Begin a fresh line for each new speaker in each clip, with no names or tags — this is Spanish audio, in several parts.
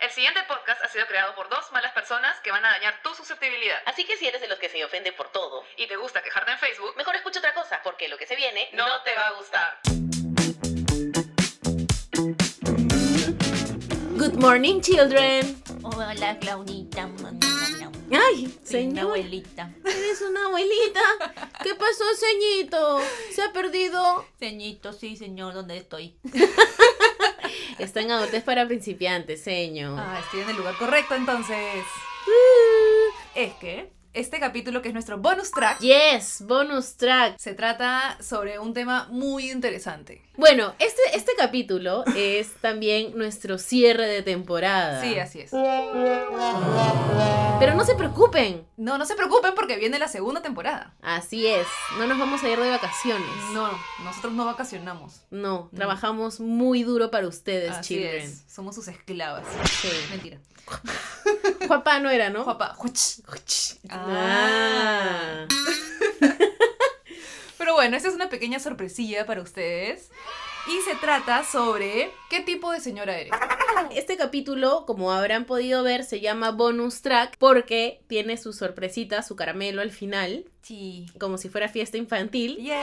El siguiente podcast ha sido creado por dos malas personas que van a dañar tu susceptibilidad.
Así que si eres de los que se ofende por todo,
Y te gusta quejarte en Facebook,
mejor escucha otra cosa, porque lo que se viene
no, te va a gustar.
Good morning, children.
Hola, Claudita.
Ay,
Soy una
señor,
abuelita.
eres una abuelita. ¿Qué pasó, ceñito? ¿Se ha perdido?
Señito, sí, señor, ¿dónde estoy?
Está en Agotes para principiantes, ceño.
Ah, estoy en el lugar correcto entonces. Es que este capítulo, que es nuestro bonus track,
Yes, bonus track.
se trata sobre un tema muy interesante.
Bueno, este, este capítulo es también nuestro cierre de temporada.
Sí, así es.
Pero no se preocupen.
No, no se preocupen porque viene la segunda temporada.
Así es. No nos vamos a ir de vacaciones.
No, nosotros no vacacionamos.
No, trabajamos muy duro para ustedes,
Así
children.
es. Somos sus esclavas.
Sí.
Mentira.
Papá no era, ¿no?
Papá.
Ah.
Ah. Pero bueno, esta es una pequeña sorpresilla para ustedes. Y se trata sobre qué tipo de señora eres.
Este capítulo, como habrán podido ver, se llama bonus track porque tiene su sorpresita, su caramelo al final,
Sí.
como si fuera fiesta infantil.
Yay.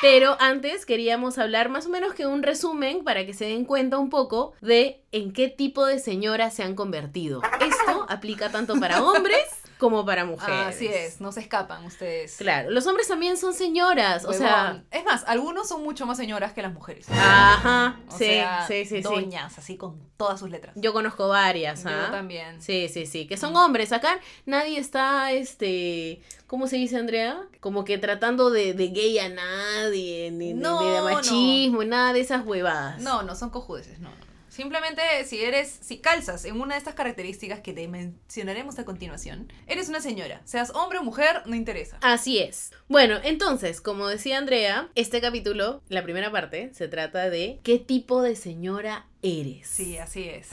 Pero antes queríamos hablar más o menos que un resumen para que se den cuenta un poco de en qué tipo de señora se han convertido. Esto aplica tanto para hombres como para mujeres.
Así es, no se escapan ustedes.
Claro, los hombres también son señoras, o sea...
Huevón. es más, algunos son mucho más señoras que las mujeres.
Ajá,
O
sí,
sea,
sí, sí, sí.
Doñas, así con todas sus letras.
Yo conozco varias,
Yo
¿ah?
también.
Sí, sí, sí, que son hombres. Acá nadie está, este, ¿cómo se dice, Andrea? Como que tratando de, de gay a nadie, ni, ni-
No,
ni de machismo, nada de esas huevadas.
No, no son cojudeces, no, no. Simplemente si eres, si calzas en una de estas características que te mencionaremos a continuación, eres una señora. Seas hombre o mujer, no interesa.
Así es. Bueno, entonces, como decía Andrea, este capítulo, la primera parte, se trata de qué tipo de señora eres.
Sí, así es.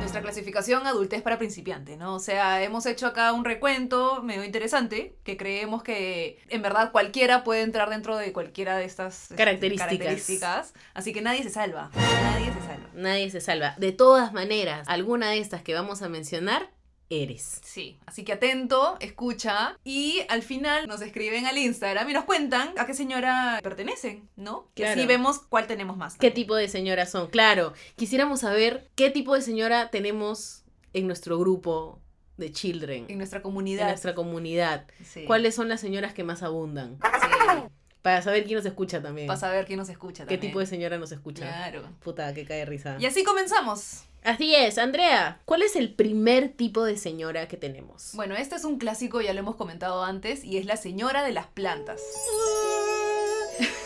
Nuestra clasificación adultez para principiante, ¿no? O sea, hemos hecho acá un recuento medio interesante que creemos que en verdad cualquiera puede entrar dentro de cualquiera de estas este,
Características.
características. Así que nadie se salva. Nadie se salva.
Nadie se salva. De todas maneras, alguna de estas que vamos a mencionar, eres.
Sí, así que atento, escucha y al final nos escriben al Instagram y nos cuentan a qué señora pertenecen, ¿no? Que
Claro.
así vemos cuál tenemos más.
¿Qué tipo de señoras son? Claro, quisiéramos saber qué tipo de señora tenemos en nuestro grupo de children,
En
en
nuestra comunidad.
nuestra comunidad.
Sí.
¿Cuáles son las señoras que más abundan?
Sí,
Para saber quién nos escucha también.
para saber quién nos escucha
¿Qué
también.
tipo de señora nos escucha? Ah.
Claro.
Puta, que cae de risa.
Y así comenzamos.
Así es, Andrea. ¿Cuál es el primer tipo de señora que tenemos?
Bueno, este es un clásico, ya lo hemos comentado antes, y es la señora de las plantas.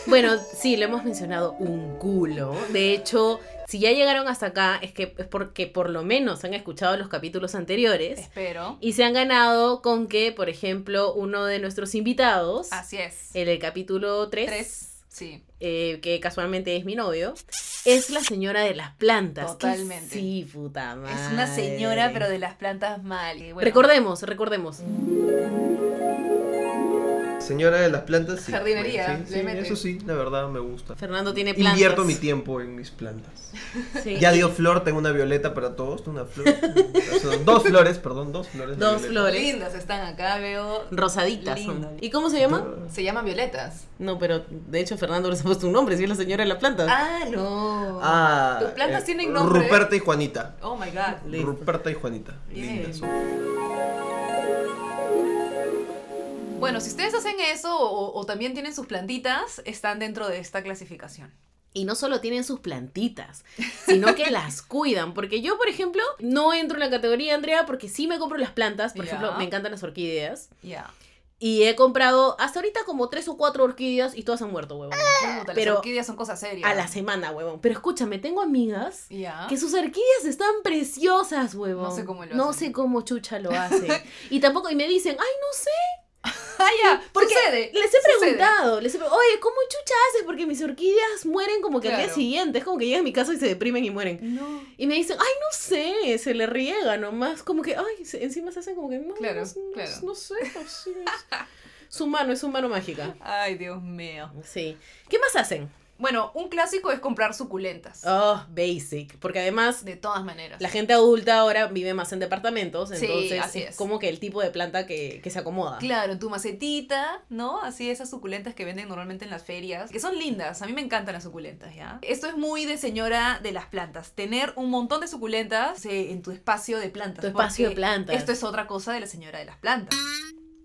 Bueno, sí, lo hemos mencionado un culo. De hecho, si ya llegaron hasta acá, es que es porque por lo menos han escuchado los capítulos anteriores.
Espero.
Y se han ganado con que, por ejemplo, uno de nuestros invitados,
Así es.
en el capítulo 3,
Tres. Sí.
eh, que casualmente es mi novio, es la señora de las plantas. que
Totalmente.
Sí, puta madre.
Es una señora, pero de las plantas mal. Y bueno,
Recordemos, recordemos.
Señora de las plantas, sí.
Jardinería,
Sí,
le
sí,
mete.
eso sí, la verdad me gusta.
Fernando tiene plantas.
Invierto mi tiempo en mis plantas.
Sí.
Ya dio flor, tengo una violeta para todos, una flor. o sea, dos flores, perdón, dos flores. de
Dos
violeta.
flores.
Lindas están acá, veo.
Rosaditas. son.
Lindo.
¿Y cómo se llama?
Se llaman violetas.
No, pero de hecho Fernando les ha puesto un nombre, si es la señora de las plantas.
Ah, no.
Ah,
Tus plantas
eh,
tienen nombre.
Ruperta y Juanita.
Oh my god.
Listo.
Ruperta y Juanita.
Bien.
Lindas son.
Bueno, si ustedes hacen eso o, o también tienen sus plantitas, están dentro de esta clasificación.
Y no solo tienen sus plantitas, sino que las cuidan. Porque yo, por ejemplo, no entro en la categoría, Andrea, porque sí me compro las plantas. Por
Ya.
ejemplo, me encantan las orquídeas.
Ya.
Y he comprado hasta ahorita como tres o cuatro orquídeas y todas han muerto, huevón.
Puta,
Pero-
las orquídeas son cosas serias.
A la semana, huevón. Pero escúchame, tengo amigas
Ya.
que sus orquídeas están preciosas, huevón.
No sé cómo lo
No
hacen.
sé cómo chucha lo hace. y tampoco, y me dicen, ay, no sé.
Ah, ya.
Porque
Sucede.
Les he
Sucede.
preguntado, les he pre- oye, ¿cómo chucha haces? Porque mis orquídeas mueren como que al día
Claro.
siguiente. Es como que llegan a mi casa y se deprimen y mueren.
No.
Y me dicen, ay, no sé, se le riega nomás, como que, ay, se- encima se hacen como que, no,
Claro,
no, no,
claro.
no sé, no sé. es- Su mano, es su mano mágica.
Ay, Dios mío.
Sí. ¿Qué más hacen?
Bueno, un clásico es comprar suculentas.
Oh, basic. Porque además
De todas maneras.
la gente adulta ahora vive más en departamentos,
Sí,
entonces
así
es,
es.
como que el tipo de planta que, que se acomoda.
Claro, tu macetita, ¿no? Así esas suculentas que venden normalmente en las ferias, que son lindas, a mí me encantan las suculentas, ¿ya? Esto es muy de señora de las plantas, tener un montón de suculentas eh, en tu espacio de plantas.
Tu espacio de
porque
plantas.
Esto es otra cosa de la señora de las plantas.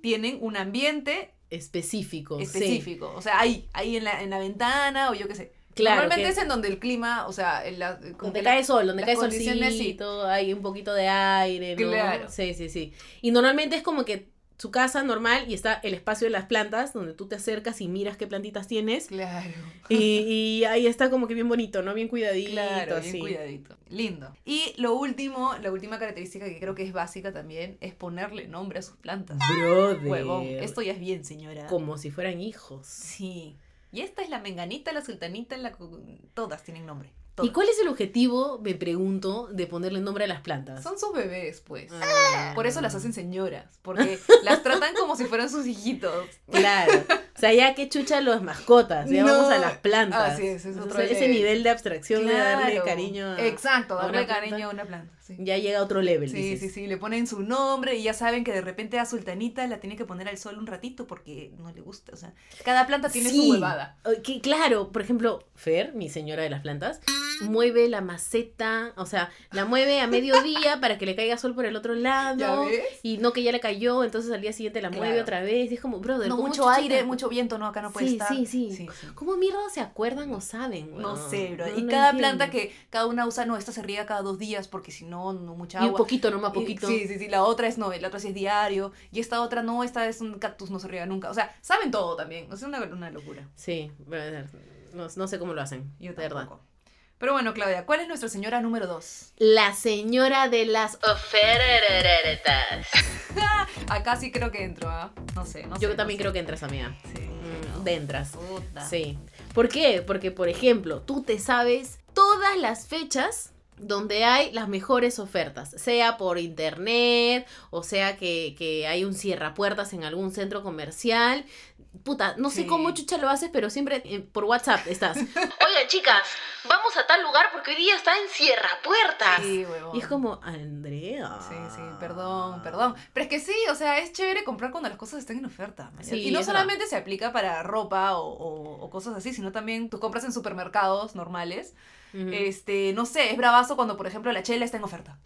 Tienen un ambiente
Específico. Oh, sí.
específico, o sea, ahí, ahí en la, en la ventana o yo qué sé.
Claro. que-
Normalmente es en donde el clima, o sea, en la, como
Donde
que la-
cae sol, donde
las
cae
condiciones, sí.
solcito, hay un poquito de aire, ¿no?
Claro.
Sí, sí, sí. Y normalmente es como que su casa normal y está el espacio de las plantas, donde tú te acercas y miras qué plantitas tienes.
Claro.
Y, y ahí está como que bien bonito, ¿no? Bien cuidadito,
Claro, bien
así.
cuidadito. Lindo. Y lo último, la última característica que creo que es básica también es ponerle nombre a sus plantas.
Brother.
Huevón, esto ya es bien, señora.
Como si fueran hijos.
Sí. Y esta es la menganita, la sultanita, la cu- todas tienen nombre.
¿Y
todas.
cuál es el objetivo, me pregunto, de ponerle nombre a las plantas?
Son sus bebés, pues.
Ah.
Por eso las hacen señoras, porque las tratan como si fueran sus hijitos.
Claro. O sea, ya que chucha los mascotas, ya
No.
vamos a las plantas.
Así es, es
O
otro
sea, ese
nivel.
nivel de abstracción de darle
Claro.
cariño a...
Exacto,
a una
darle
planta.
cariño a una planta. sí.
Ya llega a otro level,
Sí,
dices.
sí, sí, le ponen su nombre y ya saben que de repente a Sultanita la tiene que poner al sol un ratito porque no le gusta, o sea, cada planta tiene
Sí.
su huevada.
O- que, claro, por ejemplo, Fer, mi señora de las plantas, mueve la maceta, o sea, la mueve a mediodía para que le caiga sol por el otro lado.
ves?
Y no que ya le cayó, entonces al día siguiente la mueve
Claro.
otra vez. Y es como, brother,
No,
¿cómo
mucho
chucha
aire,
te-
mucho viento, no, acá no puede
Sí,
estar.
sí, sí. ¿Cómo mierda se acuerdan o saben?
No
weón?
sé, bro.
No
y
lo
cada
entiendo.
planta que cada una usa, no, esta se riega cada dos días porque si no, no mucha
Y un
agua.
poquito, nomás
Y-
poquito.
Sí, sí, sí, la otra es no, la otra sí es diario. Y esta otra no, esta es un cactus, no se riega nunca. O sea, saben todo también. Es una, una locura.
Sí, brother, no, no sé cómo lo hacen.
Yo
de verdad.
tampoco. Pero bueno, Claudia, ¿cuál es nuestra señora número dos?
La señora de las...
Oferereretas.
Acá sí creo que entro, ¿ah? No sé, no sé.
Yo también creo que entras, amiga.
que. Sí.
Mm, de entras.
Puta.
Sí. ¿Por qué? Porque, por ejemplo, tú te sabes todas las fechas donde hay las mejores ofertas, sea por internet, o sea que, que hay un cierrapuertas en algún centro comercial. Puta, no sé
Sí.
cómo chucha lo haces, pero siempre eh, por WhatsApp estás.
Oigan, chicas, vamos a tal lugar porque hoy día está en Sierra Puertas.
Sí, huevón.
Y es como, Andrea.
Sí, sí, perdón, perdón. Pero es que sí, o sea, es chévere comprar cuando las cosas están en oferta. man.
Sí,
y no
es verdad.
solamente se aplica para ropa o, o- o cosas así, sino también tus compras en supermercados normales.
Ujú.
Este, no sé, es bravazo cuando, por ejemplo, la chela está en oferta.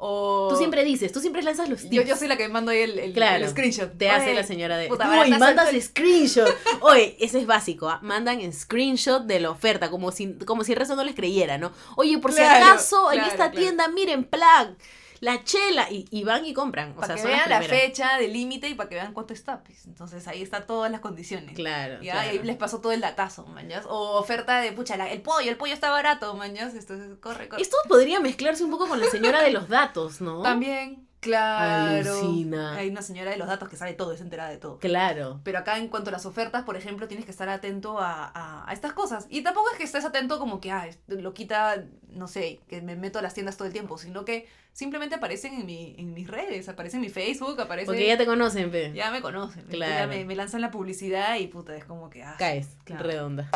O.
Tú siempre dices, tú siempre lanzas los tips.
Yo, yo soy la que mando ahí el, el-
Claro.
el screenshot.
Te hace
Oye,
la señora de...
puta,
Uy,
baratazo
mandas
el-
screenshot. Oye, ese es básico. ¿ah? Mandan en screenshot de la oferta, como si, como si el resto no les creyera, ¿no? Oye, por si
Claro,
acaso, en
claro,
esta
claro.
tienda, miren, plan, la chela. Y, y van y compran. O sea,
Para que
son las
vean la
primeras.
fecha de límite y para que vean cuánto está. pues. Entonces ahí está todas las condiciones.
Claro,
Ya,
claro.
y ahí les pasó todo el datazo, mañas. O oferta de, pucha, la- el pollo, el pollo está barato, mañas. Entonces, corre, corre.
Esto podría mezclarse un poco con la señora de los datos, ¿no?
También, claro.
Alucina.
Hay una señora de los datos que sabe todo, es enterada de todo.
Claro.
Pero acá, en cuanto a las ofertas, por ejemplo, tienes que estar atento a, a- a estas cosas. Y tampoco es que estés atento como que, ah, lo quita, no sé, que me meto a las tiendas todo el tiempo, sino que simplemente aparecen en, mi, en mis redes, aparecen en mi Facebook, aparecen.
Porque ya te conocen, pe.
Ya me conocen, ya
Claro.
me, me lanzan la publicidad y puta, es como que ah,
Caes,
Claro.
redonda.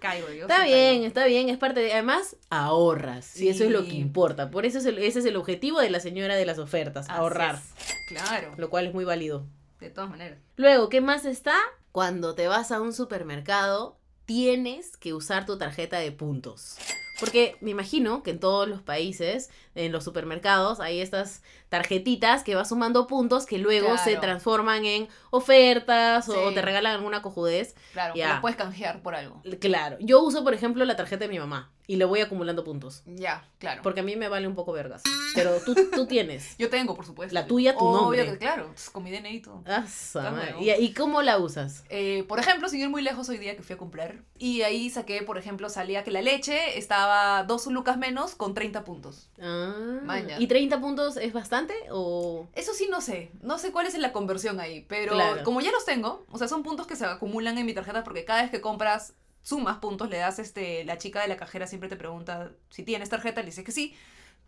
caigo yo.
Está
sí caigo.
bien, está bien, es parte de... Además, ahorras. Y eso es lo que
Sí.
importa. Por eso es el- ese es el objetivo de la señora de las ofertas,
Así
ahorrar.
es. Claro,
Lo cual es muy válido.
de todas maneras.
Luego, ¿qué más está? Cuando te vas a un supermercado, tienes que usar tu tarjeta de puntos. Porque me imagino que en todos los países, en los supermercados, hay estas tarjetitas que vas sumando puntos que luego se
Claro.
transforman en ofertas o
Sí.
te regalan alguna cojudez.
Claro,
Ya.
la puedes canjear por algo.
Claro, yo uso, por ejemplo, la tarjeta de mi mamá y le voy acumulando puntos.
Ya, claro.
Porque a mí me vale un poco vergas. Pero tú, tú tienes.
Yo tengo, por supuesto.
La tuya, tu
Obvio
nombre.
que claro, pues, con mi DNI y todo.
Ah, su
Está
madre.
bueno.
¿Y, ¿Y cómo la usas?
Eh, por ejemplo, sin ir muy lejos hoy día que fui a comprar. Y ahí saqué, por ejemplo, salía que la leche estaba dos lucas menos con 30 puntos.
Ah,
Maña.
¿Y 30 puntos es bastante o...?
Eso sí, no sé. No sé cuál es la conversión ahí. Pero
Claro.
como ya los tengo, o sea, son puntos que se acumulan en mi tarjeta porque cada vez que compras sumas puntos, le das este. La chica de la cajera siempre te pregunta si tienes tarjeta, le dices que sí.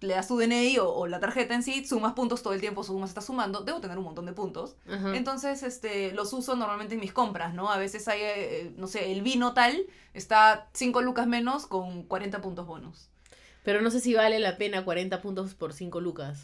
le das tu DNI o, o la tarjeta en sí, sumas puntos todo el tiempo, sumas, estás sumando, debo tener un montón de puntos.
Ajá.
Entonces, este, los uso normalmente en mis compras, ¿no? A veces hay, eh, no sé, el vino tal está 5 lucas menos con 40 puntos bonus.
Pero no sé si vale la pena 40 puntos por 5 lucas.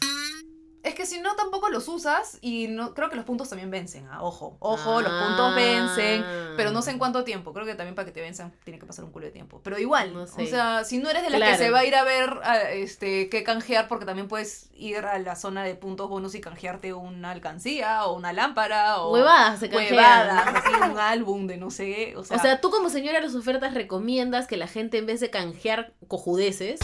Es que si no, tampoco los usas y no, creo que los puntos también vencen, ah, ojo, ojo, los
Ah.
puntos vencen, pero no sé en cuánto tiempo, creo que también para que te venzan tiene que pasar un culo de tiempo, pero igual,
No
o
sé.
sea, si no eres de las
Claro.
que se va a ir a ver a, este, qué canjear, porque también puedes ir a la zona de puntos bonus y canjearte una alcancía o una lámpara o...
Huevadas se canjean.
huevadas, así, un álbum de no sé, o sea,
O sea, tú como señora de las ofertas recomiendas que la gente en vez de canjear cojudeces,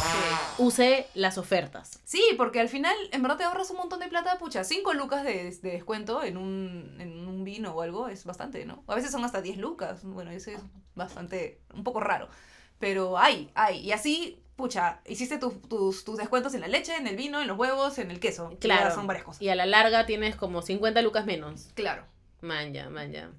use las ofertas.
sí, porque al final en verdad te ahorras un montón de plata, pucha, 5 lucas de, de descuento en un, en un vino o algo es bastante, ¿no? A veces son hasta 10 lucas, bueno, eso es bastante, un poco raro, pero hay, hay, y así, pucha, hiciste tus- tus, tus descuentos en la leche, en el vino, en los huevos, en el queso, que ya
Claro.
son varias cosas.
Y a la larga tienes como 50 lucas menos.
Claro.
Manja, manja.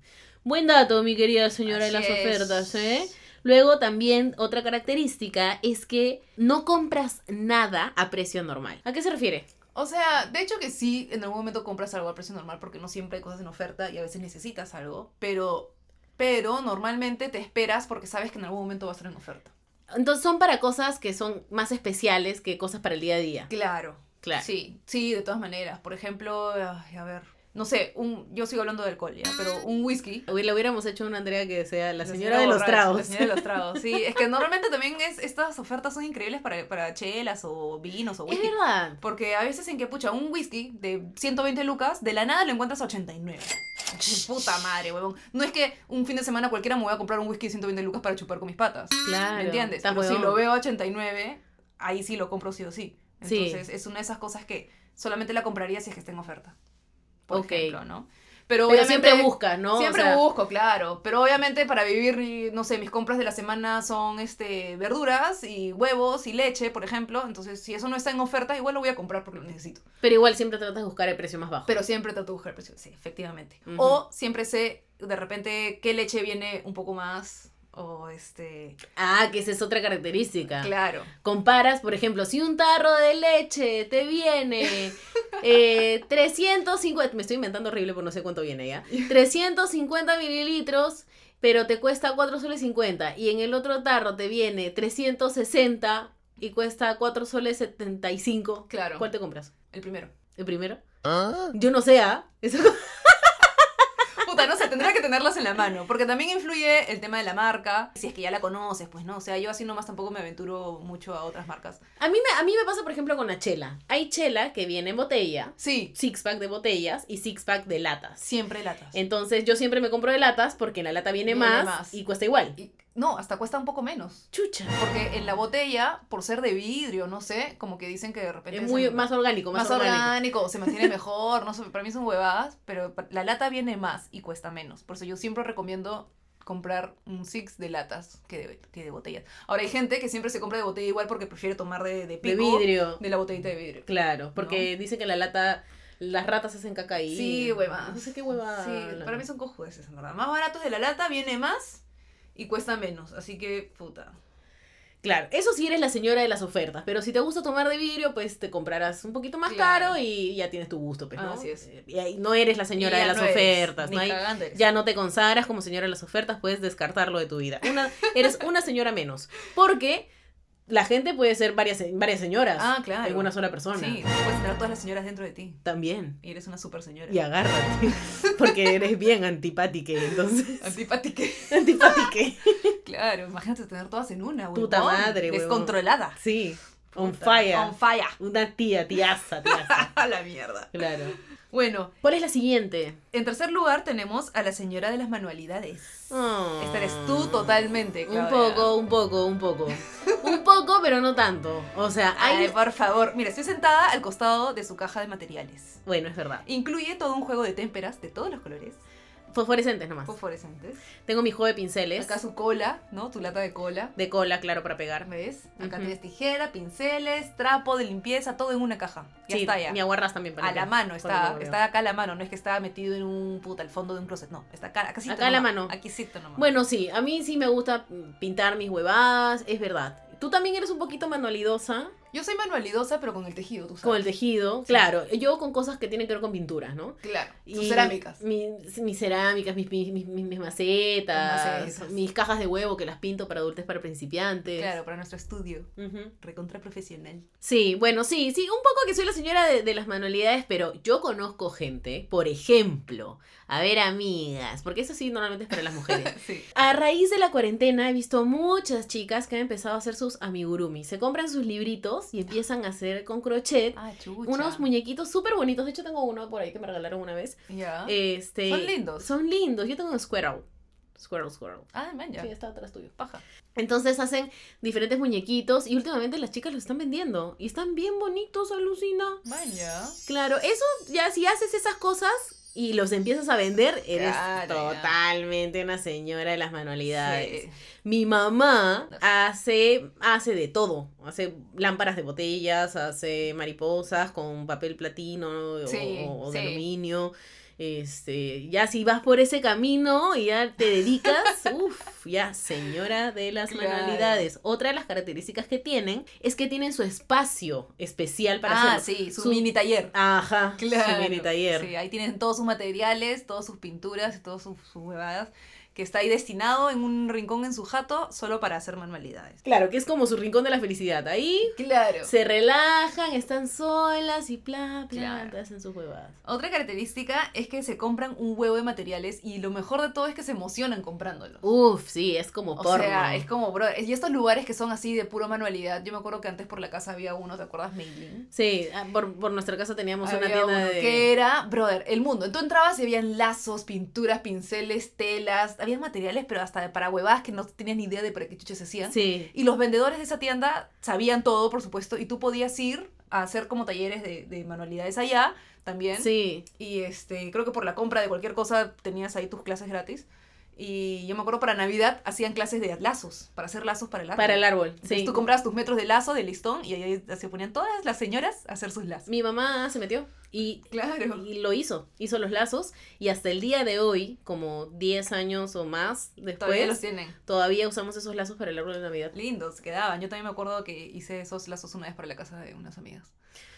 Buen dato, mi querida señora de las
Así es.
ofertas, ¿eh? Luego también otra característica es que no compras nada a precio normal. ¿A qué se refiere?
O sea, de hecho que sí, en algún momento compras algo a precio normal porque no siempre hay cosas en oferta y a veces necesitas algo, pero, pero normalmente te esperas porque sabes que en algún momento va a estar en oferta.
Entonces son para cosas que son más especiales que cosas para el día a día.
Claro.
Claro.
Sí, sí, de todas maneras. Por ejemplo, ay, a ver, no sé, un, yo sigo hablando de alcohol ya, pero un whisky.
Hoy le hubiéramos hecho una Andrea que sea la señora
señora
de los
borracha,
tragos.
La señora de los tragos, sí. Es que normalmente también es, estas ofertas son increíbles para, para chelas o vinos o
Es
whisky.
verdad.
Porque a veces en que, pucha, un whisky de 120 lucas, de la nada lo encuentras a 89. Puta madre, huevón. No es que un fin de semana cualquiera me voy a comprar un whisky de 120 lucas para chupar con mis patas.
Claro.
¿Me entiendes?
Estás
Pero si
huevón.
lo veo a 89, ahí sí lo compro sí o sí.
Sí.
Entonces, es una de esas cosas que solamente la compraría si es que está en oferta. Por
Ok.
ejemplo, ¿no?
Pero
Pero, obviamente-
siempre buscas, ¿no? O
Siempre
sea,
busco, claro. Pero obviamente para vivir, no sé, mis compras de la semana son este verduras y huevos y leche, por ejemplo. Entonces, si eso no está en oferta, igual lo voy a comprar porque lo necesito.
Pero igual siempre tratas de buscar el precio más bajo.
Pero siempre trato de buscar el precio, sí, efectivamente.
Ujú.
O siempre sé de repente qué leche viene un poco más. O este.
Ah, que esa es otra característica.
Claro.
Comparas, por ejemplo, si un tarro de leche te viene eh, 350, me estoy inventando horrible porque no sé cuánto viene ya, 350 mililitros, pero te cuesta 4 soles 50 y en el otro tarro te viene 360 y cuesta 4 soles 75.
Claro.
¿Cuál te compras?
El primero.
¿El primero? Yo no sé, ¿ah? Eso-
Puta, no sé, tendría que tenerlas en la mano. Porque también influye el tema de la marca. Si es que ya la conoces, pues no. O sea, yo así nomás tampoco me aventuro mucho a otras marcas.
A mí, me, a mí me pasa, por ejemplo, con la chela. Hay chela que viene en botella,
Sí,
six pack de botellas y six pack de latas.
siempre latas.
Entonces yo siempre me compro de latas porque en la lata viene,
Viene
más,
más.
y cuesta igual.
Y- no, hasta cuesta un poco menos.
Chucha.
Porque en la botella, por ser de vidrio, no sé, como que dicen que de repente.
Es muy
se-
más orgánico, más,
más
orgánico.
orgánico, se mantiene mejor, no sé, para mí son huevadas, pero pa- la lata viene más y cuesta menos. Por eso yo siempre recomiendo comprar un six de latas que de, que de botellas. Ahora hay gente que siempre se compra de botella igual porque prefiere tomar de, de
De
pico
vidrio.
de la botellita de vidrio.
Claro, porque dice que la lata, las ratas hacen caca ahí.
Sí, huevadas.
No sé qué huevada.
Sí,
hablan.
para mí son cojudeces, en verdad. Más baratos de la lata, viene más y cuesta menos. Así que, puta.
Claro, eso sí eres la señora de las ofertas, pero si te gusta tomar de vidrio, pues te comprarás un poquito más
Claro. Ah,
caro y ya tienes tu gusto, pues, ¿no?
Así es.
Y ahí no eres la señora
Y
de
ya
las
no eres,
ofertas,
ni
¿no? hay-
cagando eres.
ya no te consagras como señora de las ofertas, puedes descartarlo de tu vida. Una, eres una señora menos, porque la gente puede ser varias, varias señoras
Ah, claro.
en una sola persona.
Sí, puedes tener a todas las señoras dentro de ti.
También.
Y eres una super señora.
Y agárrate, porque eres bien antipática, entonces.
Antipática.
antipática.
Claro, imagínate tener todas en una, güey.
Puta madre, huevón.
Descontrolada.
Sí, on
Puta,
fire.
On fire.
Una tía, tiaza, tiaza.
A la mierda.
Claro.
Bueno,
¿Cuál es la siguiente?
en tercer lugar tenemos a la señora de las manualidades.
Oh.
Esta eres tú totalmente,
Un
Claudia.
poco, un poco, un poco. Un poco, pero no tanto. O sea,
Ay,
hay...
por favor. Mira, estoy sentada al costado de su caja de materiales.
Bueno, es verdad.
Incluye todo un juego de témperas de todos los colores,
Fosforescentes nomás.
fosforescentes.
Tengo mi juego de pinceles.
Acá su cola, ¿no? Tu lata de cola.
De cola, claro, para pegar.
¿Ves? Acá
Ujú.
tienes tijera, pinceles, trapo de limpieza, todo en una caja. Ya
Sí,
está ya.
Mi aguarras también para
A la
pegar.
mano,
Por el
está,
óleo.
está acá a la mano, no es que está metido en un puta al fondo de un closet, no, está acá, acasito
Acá a la
nomás,
mano.
Aquícito nomás.
Bueno, sí, a mí sí me gusta pintar mis huevadas, es verdad. Tú también eres un poquito manualidosa.
Yo soy manualidosa, pero con el tejido, tú sabes.
Con el tejido, claro. Yo con cosas que tienen que ver con pinturas, ¿no?
Claro, sus
Y
cerámicas.
mi- Mis, cerámicas, mis, mis, mis- mis macetas,
Macetas.
mis cajas de huevo que las pinto para adultos, para principiantes.
Claro, para nuestro estudio.
Ujú.
Recontra profesional.
Sí, bueno, sí, sí, un poco que soy la señora de, de las manualidades, pero yo conozco gente, por ejemplo, a ver, amigas, porque eso sí normalmente es para las mujeres.
Sí.
A raíz de la cuarentena he visto muchas chicas que han empezado a hacer sus amigurumi. Se compran sus libritos y empiezan a hacer con crochet
Ah, chucha.
unos muñequitos súper bonitos. De hecho, tengo uno por ahí que me regalaron una vez.
Ya.
Este,
Ah, Son lindos.
Son lindos. Yo tengo un Squirrel. Squirrel, Squirrel.
Ah, man, ya.
Sí, está atrás tuyo.
Paja.
Entonces hacen diferentes muñequitos y últimamente las chicas los están vendiendo. Y están bien bonitos, alucina.
Man, ya.
Claro, eso ya si haces esas cosas y los empiezas a vender, eres
Claro, ya.
totalmente una señora de las manualidades.
Sí.
Mi mamá hace, hace de todo. Hace lámparas de botellas, hace mariposas con papel platino o,
Sí,
o de
sí.
aluminio. Este, ya si vas por ese camino y ya te dedicas, uff, ya señora de las
Claro.
manualidades. Otra de las características que tienen es que tienen su espacio especial para
Ah,
hacerlo.
sí, su,
Su-
mini taller.
Ajá,
Claro.
su mini taller.
Sí, ahí tienen todos sus materiales, todas sus pinturas, todas sus, sus huevadas, que está ahí destinado en un rincón en su jato solo para hacer manualidades.
Claro, que es como su rincón de la felicidad. Ahí
Claro.
se relajan, están solas y bla, bla,
Claro.
hacen sus huevadas.
Otra característica es que se compran un huevo de materiales y lo mejor de todo es que se emocionan comprándolo.
Uf, sí, es como
O
Uh, porno.
sea, es como, bro, y estos lugares que son así de puro manualidad, yo me acuerdo que antes por la casa había uno, ¿te acuerdas, Mailing?
Sí, ah, por, por nuestra casa teníamos una
Ah, Había
tienda
uno
de...
que era, brother, el mundo. Tú entrabas y habían lazos, pinturas, pinceles, telas, había materiales, pero hasta para huevadas que no tenías ni idea de para qué chuches se hacían.
Sí.
Y los vendedores de esa tienda sabían todo, por supuesto, y tú podías ir a hacer como talleres de, de manualidades allá también.
Sí,
Y este, creo que por la compra de cualquier cosa tenías ahí tus clases gratis. Y yo me acuerdo para Navidad hacían clases de lazos, para hacer lazos para el árbol.
para el árbol,
Ah. Entonces
sí.
tú comprabas tus metros de lazo, de listón, y ahí se ponían todas las señoras a hacer sus lazos.
Mi mamá se metió y,
Claro.
y lo hizo, hizo los lazos y hasta el día de hoy, como 10 años o más después,
Todavía
todavía,
los tienen.
usamos esos lazos para el árbol de Navidad.
Lindos, quedaban. Yo también me acuerdo que hice esos lazos una vez para la casa de unas amigas.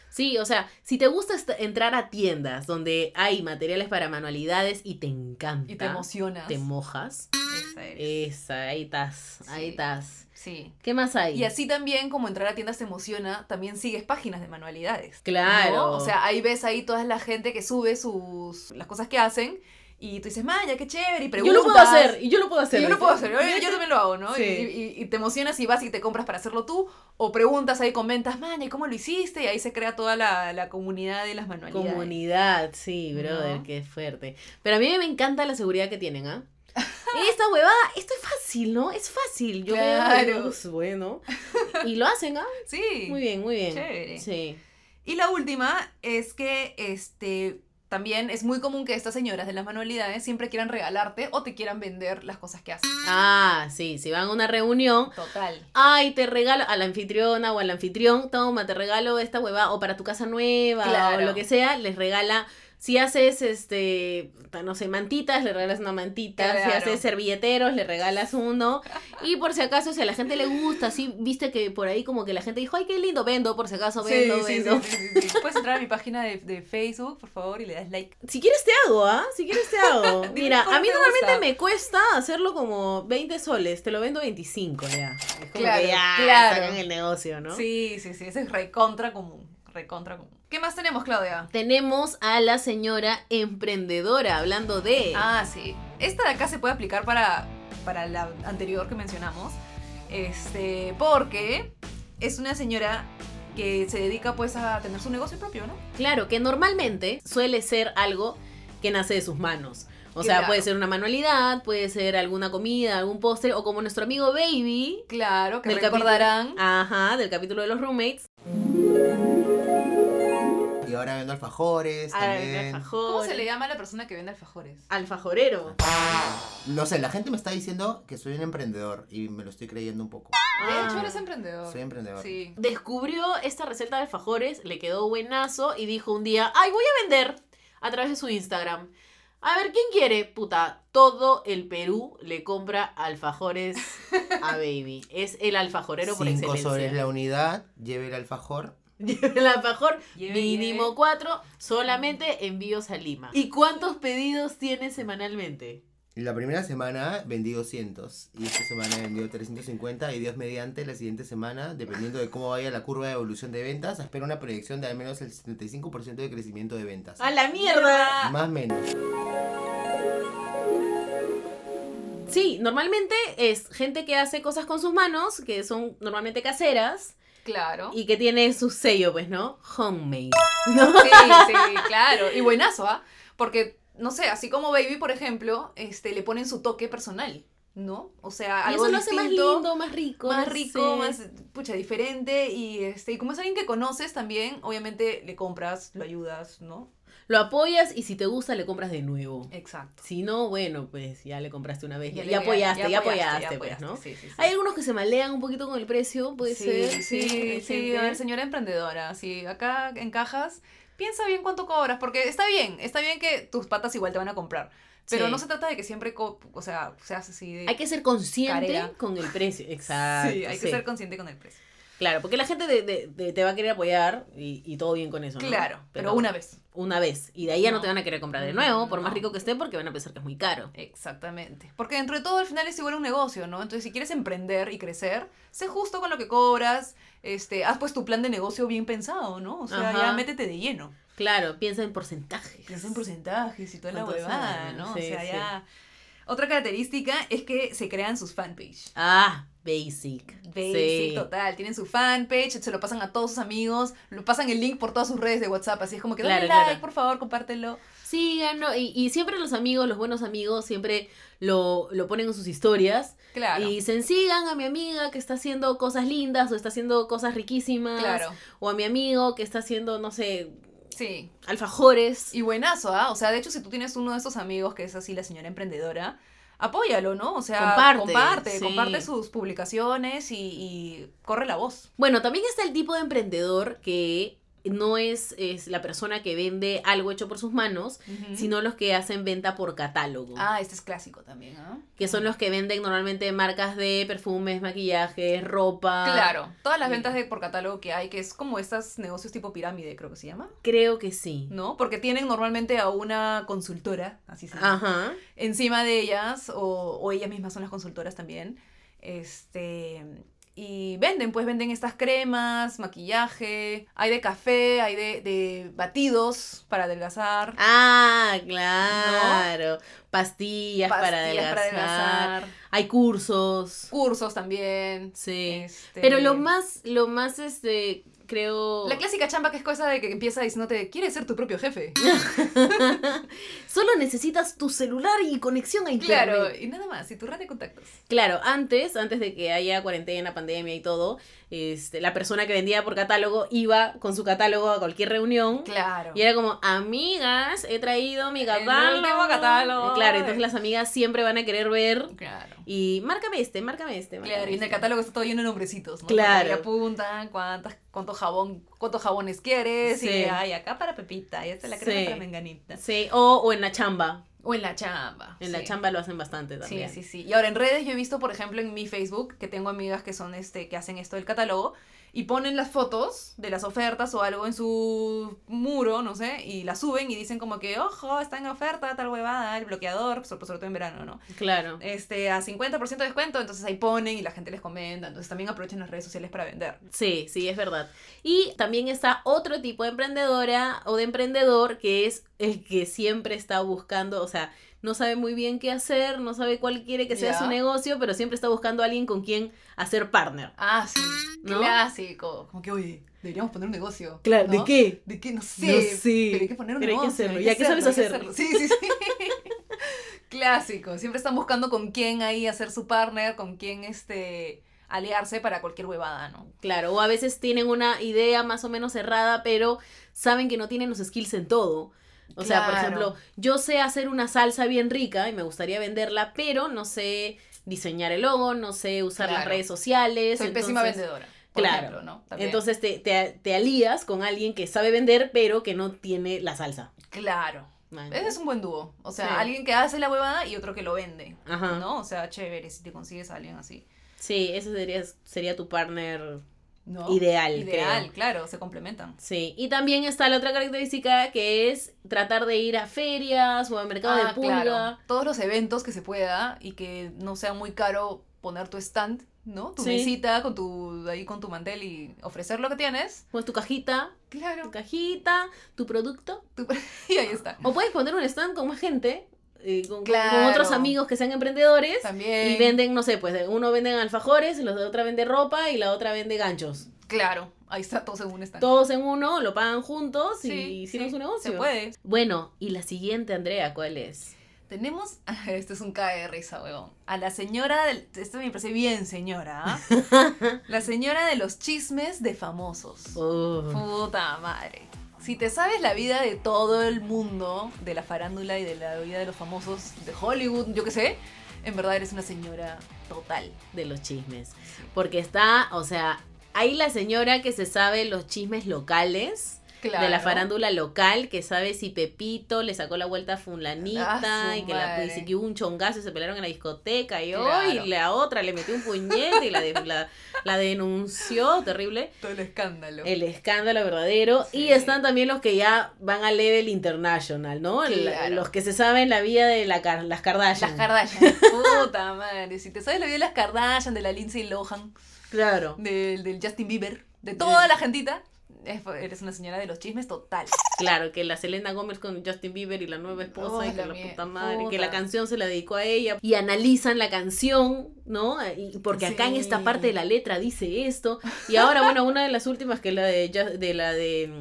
Sí, o sea, si te gusta est- entrar a tiendas donde hay materiales para manualidades y te encanta,
Y te emocionas.
te mojas,
Esa eres.
esa, ahí estás, ahí
Sí.
estás.
Sí.
¿Qué más hay?
Y así también, como entrar a tiendas te emociona, también sigues páginas de manualidades.
Claro.
¿no? O sea, ahí ves ahí toda la gente que sube sus las cosas que hacen y tú dices, Maya, qué chévere, y
yo
preguntas.
lo puedo hacer, y yo lo puedo hacer.
Sí, yo lo
dice.
puedo hacer, yo, yo también lo hago, ¿no?
Sí.
Y, y- y te emocionas y vas y te compras para hacerlo tú, o preguntas ahí, comentas, Maya, ¿cómo lo hiciste? Y ahí se crea toda la, la comunidad de las manualidades.
Comunidad, sí, brother,
No.
qué fuerte. Pero a mí me encanta la seguridad que tienen, ¿ah? Esta huevada, esto es fácil, ¿no? Es fácil. Yo veo
Claro.
videos, bueno. Y lo hacen, ¿ah?
Sí.
Muy bien, muy bien.
Chévere.
Sí.
Y la última es que este también es muy común que estas señoras de las manualidades siempre quieran regalarte o te quieran vender las cosas que hacen.
Ah, sí, si van a una reunión,
Total.
ay, te regalo a la anfitriona o al anfitrión, toma, te regalo esta huevada, o para tu casa nueva,
Claro.
o lo que sea, les regala. Si haces, este, puta, no sé, mantitas, le regalas una mantita. Si
Claro.
haces servilleteros, le regalas uno. Y por si acaso, si a la gente le gusta, sí, viste que por ahí como que la gente dijo, ay, qué lindo, vendo, por si acaso, vendo, vendo.
Puedes entrar a mi página de, de Facebook, por favor, y le das like.
Si quieres te hago, ¿ah? Si quieres te hago.
Dime
Mira,
cómo
a mí
te
normalmente
gusta.
me cuesta hacerlo como 20 soles, te lo vendo 25 ya. Es como que
Claro,
ya
claro.
sacan el negocio, ¿no?
Sí, sí, sí, ese es recontra común, recontra común. ¿Qué más tenemos, Claudia?
Tenemos a la señora emprendedora hablando de.
Ah, sí. Esta de acá se puede aplicar para, para la anterior que mencionamos. Este, porque es una señora que se dedica pues a tener su negocio propio, ¿no?
Claro, que normalmente suele ser algo que nace de sus manos. O sea,
Claro.
puede ser una manualidad, puede ser alguna comida, algún postre, o como nuestro amigo Baby,
Claro, que
Del
recordarán.
ajá, del capítulo de los roommates.
Y ahora vendo alfajores
Al
Ah,
también.
alfajor-
¿Cómo se le llama a la persona que vende alfajores?
Alfajorero.
No sé, la gente me está diciendo que soy un emprendedor y me lo estoy creyendo un poco.
De hecho,
Ah.
eres emprendedor.
Soy emprendedor.
Sí.
descubrió esta receta de alfajores, le quedó buenazo y dijo un día, ay, voy a vender a través de su Instagram. A ver, ¿quién quiere? Puta, todo el Perú le compra alfajores a Baby. Es el alfajorero por
Cinco soles
excelencia.
la unidad, lleve el alfajor.
Lleve el alfajor,
Lleve,
mínimo
lleve.
cuatro, solamente envíos a Lima. ¿Y cuántos pedidos tiene semanalmente?
La primera semana vendí 200 y esta semana he vendido 350 y Dios mediante la siguiente semana, dependiendo de cómo vaya la curva de evolución de ventas, espero una proyección de al menos el 75% de crecimiento de ventas.
¡A la mierda!
Ah,
Más o menos.
Sí, normalmente es gente que hace cosas con sus manos, que son normalmente caseras
Claro.
y que tiene su sello, pues, ¿no? Homemade.
Sí, sí, claro. Y buenazo, ¿ah? Porque, no sé, así como Baby, por ejemplo, este, le ponen su toque personal, ¿no? O sea,
Y
algo
eso lo hace más
distinto,
lindo, más rico.
más
no
rico,
sé.
más, pucha, diferente. Y, este, y como es alguien que conoces también, obviamente le compras, lo ayudas, ¿no?
Lo apoyas y si te gusta le compras de nuevo.
Exacto.
Si no, bueno, pues ya le compraste una vez. Ya,
le
ya
voy a-
apoyaste, ya, apoyaste, pues, ¿no?
Sí, sí, sí.
Hay algunos que se malean un poquito con el precio, puede
Sí,
ser.
sí, sí,
hay
a
gente.
ver, señora emprendedora, si acá encajas, piensa bien cuánto cobras, porque está bien, está bien que tus patas igual te van a comprar, pero
Sí.
no se trata de que siempre, co- o sea, seas así de...
Hay que ser consciente
Carera.
con el precio. Exacto.
sí, hay que
sí.
ser consciente con el precio.
Claro, porque la gente de- de- de- te va a querer apoyar y, y todo bien con eso. ¿no?
Claro, pero una vez.
una vez y de ahí ya no,
No.
te van a querer comprar de nuevo, por más
No.
rico que esté, porque van a pensar que es muy caro.
Exactamente. Porque dentro de todo, al final es igual un negocio, ¿no? Entonces, si quieres emprender y crecer, sé justo con lo que cobras, este, haz pues tu plan de negocio bien pensado, ¿no? O sea,
Ajá.
ya métete de lleno.
Claro, piensa en porcentajes.
Piensa en porcentajes y toda la
¿Cuántos
huevada,
son?
¿no?
Sí,
o sea,
sí.
ya. Otra característica es que se crean sus fanpage.
Ah, basic.
Basic,
Sí.
total. Tienen su fanpage, se lo pasan a todos sus amigos, lo pasan el link por todas sus redes de WhatsApp. Así es como que dale
Claro,
like,
claro.
por favor, compártelo.
Síganlo. Y, y siempre los amigos, los buenos amigos, siempre lo, lo ponen en sus historias.
Claro.
Y dicen, sigan a mi amiga que está haciendo cosas lindas o está haciendo cosas riquísimas.
Claro.
O a mi amigo que está haciendo, no sé,
Sí.
alfajores.
Y buenazo, ¿ah? O sea, de hecho, si tú tienes uno de estos amigos que es así la señora emprendedora, apóyalo, ¿no? O sea,
Comparte,
comparte,
sí.
comparte sus publicaciones y, y corre la voz.
Bueno, también está el tipo de emprendedor que no es, es la persona que vende algo hecho por sus manos, sino los que hacen venta por catálogo,
Ah, este es clásico también, ¿ah?
que son los que venden normalmente marcas de perfumes, maquillajes, ropa.
Claro, todas las
Sí.
ventas de por catálogo que hay, que es como estos negocios tipo pirámide, creo que se llama,
Creo que sí.
¿no? Porque tienen normalmente a una consultora, así se llama,
Ajá.
encima de ellas, o, o ellas mismas son las consultoras también, este... Y venden, pues venden estas cremas, maquillaje, hay de café, hay de, de batidos para adelgazar,
Ah, claro. Pastillas, para,
pastillas
adelgazar.
para adelgazar,
Hay cursos.
cursos también.
Sí.
este,
Pero lo más, lo más, este, creo...
La clásica chamba que es cosa de que empieza diciéndote, ¿quieres ser tu propio jefe?
Solo necesitas tu celular y conexión a internet.
Claro, y nada más, y tu red de contactos.
Claro, antes, antes de que haya cuarentena, pandemia y todo, este, la persona que vendía por catálogo iba con su catálogo a cualquier reunión.
Claro.
Y era como, amigas, he traído mi catálogo. Eh,
último catálogo.
Claro, entonces las amigas siempre van a querer ver.
Claro.
Y márcame este, márcame este. márcame
Claro, y en el
este".
catálogo está todo lleno de nombrecitos, ¿no?
Claro.
Y apuntan cuántas, cuánto jabón, cuántos jabones quieres,
Sí.
y ay, acá para Pepita, y esta es la crema
Sí.
para Menganita.
Sí, o, o en la chamba.
O en la chamba.
En
sí.
la chamba lo hacen bastante
Sí,
también.
sí, sí. Y ahora en redes yo he visto, por ejemplo, en mi Facebook, que tengo amigas que son este, que hacen esto del catálogo, y ponen las fotos de las ofertas o algo en su muro, no sé, y las suben y dicen como que, ojo, está en oferta, tal huevada, el bloqueador, pues, sobre, sobre todo en verano, ¿no?
Claro.
este, a 50% de descuento, entonces ahí ponen y la gente les comenta, entonces también aprovechen las redes sociales para vender.
Sí, sí, es verdad. Y también está otro tipo de emprendedora o de emprendedor que es el que siempre está buscando, o sea, no sabe muy bien qué hacer, no sabe cuál quiere que sea
Ya.
su negocio, pero siempre está buscando a alguien con quien hacer partner.
Ah, sí,
¿No?
clásico. Como que, oye, deberíamos poner un negocio.
Claro, ¿de
¿no?
qué?
¿De qué? No sé.
No sé.
Pero hay que poner un
Pero hay que
negocio.
hacerlo.
hay
Ya, ¿qué sabes
hay que hacerlo. Sí, sí, sí. clásico. Siempre están buscando con quién ahí hacer su partner, con quién este, aliarse para cualquier huevada, ¿no?
Claro, o a veces tienen una idea más o menos cerrada, pero saben que no tienen los skills en todo. O sea, por
Claro.
ejemplo, yo sé hacer una salsa bien rica y me gustaría venderla, pero no sé diseñar el logo, no sé usar las
Claro.
redes sociales.
Soy pésima
entonces-
vendedora. Por
claro.
Ejemplo, ¿no? También.
Entonces te, te, te alías con alguien que sabe vender, pero que no tiene la salsa.
Claro.
Man.
Ese es un buen dúo. O sea,
Sí.
alguien que hace la huevada y otro que lo vende.
Ajá.
¿No? O sea, chévere si te consigues a alguien así.
Sí, ese sería, sería tu partner.
¿No?
Ideal,
Ideal,
creo.
claro, se complementan.
Sí, y también está la otra característica que es tratar de ir a ferias o a mercado
Ah,
de pulga.
claro. Todos los eventos que se pueda y que no sea muy caro poner tu stand, ¿no? Tu
Sí.
mesita con tu ahí con tu mantel y ofrecer lo que tienes.
Pues tu cajita, tu
Claro.
cajita, tu producto.
Y ahí está.
O puedes poner un stand con más gente, eh, con, con- con
Claro.
otros amigos que sean emprendedores.
También.
Y venden, no sé, pues uno vende alfajores, los de otra vende ropa y la otra vende ganchos.
Claro, ahí está todo según stand.
Todos en uno, lo pagan juntos y
Sí,
hicieron
sí,
su negocio.
Se puede.
Bueno, y la siguiente, Andrea, ¿cuál es?
Tenemos, esto es un cae de risa, huevón. A la señora del, esto me parece bien señora, ¿ah? La señora de los chismes de famosos.
Uf.
Puta madre. Si te sabes la vida de todo el mundo, de la farándula y de la vida de los famosos de Hollywood, yo qué sé, en verdad eres una señora total.
de los chismes. Porque está, o sea, hay la señora que se sabe los chismes locales,
Claro.
de la farándula local, que sabe si Pepito le sacó la vuelta a Fulanita
Ah, su
y que, la,
madre.
y que hubo un chongazo y se pelearon en la discoteca y,
Claro.
hoy la otra le metió un puñete y la, de- la, la denunció, terrible.
Todo el escándalo.
El escándalo verdadero. Y
Sí.
están también los que ya van al level international, ¿no? La-
Claro.
los que se saben la vida de la, Kar- las
Las
Kardashian.
Kardashian. Puta madre. Si te sabes la vida de las Kardashian, de la Lindsay Lohan,
claro.
del, del Justin Bieber, de toda la gentita, es- eres una señora de los chismes total.
Claro, que la Selena Gómez con Justin Bieber y la nueva esposa
Oh,
y que
la
la
mie-
puta madre,
puta.
que la canción se la dedicó a ella y analizan la canción, ¿no? Y porque acá en esta
Sí.
parte de la letra dice esto y ahora bueno, una de las últimas que es la de Ju- de la de mm,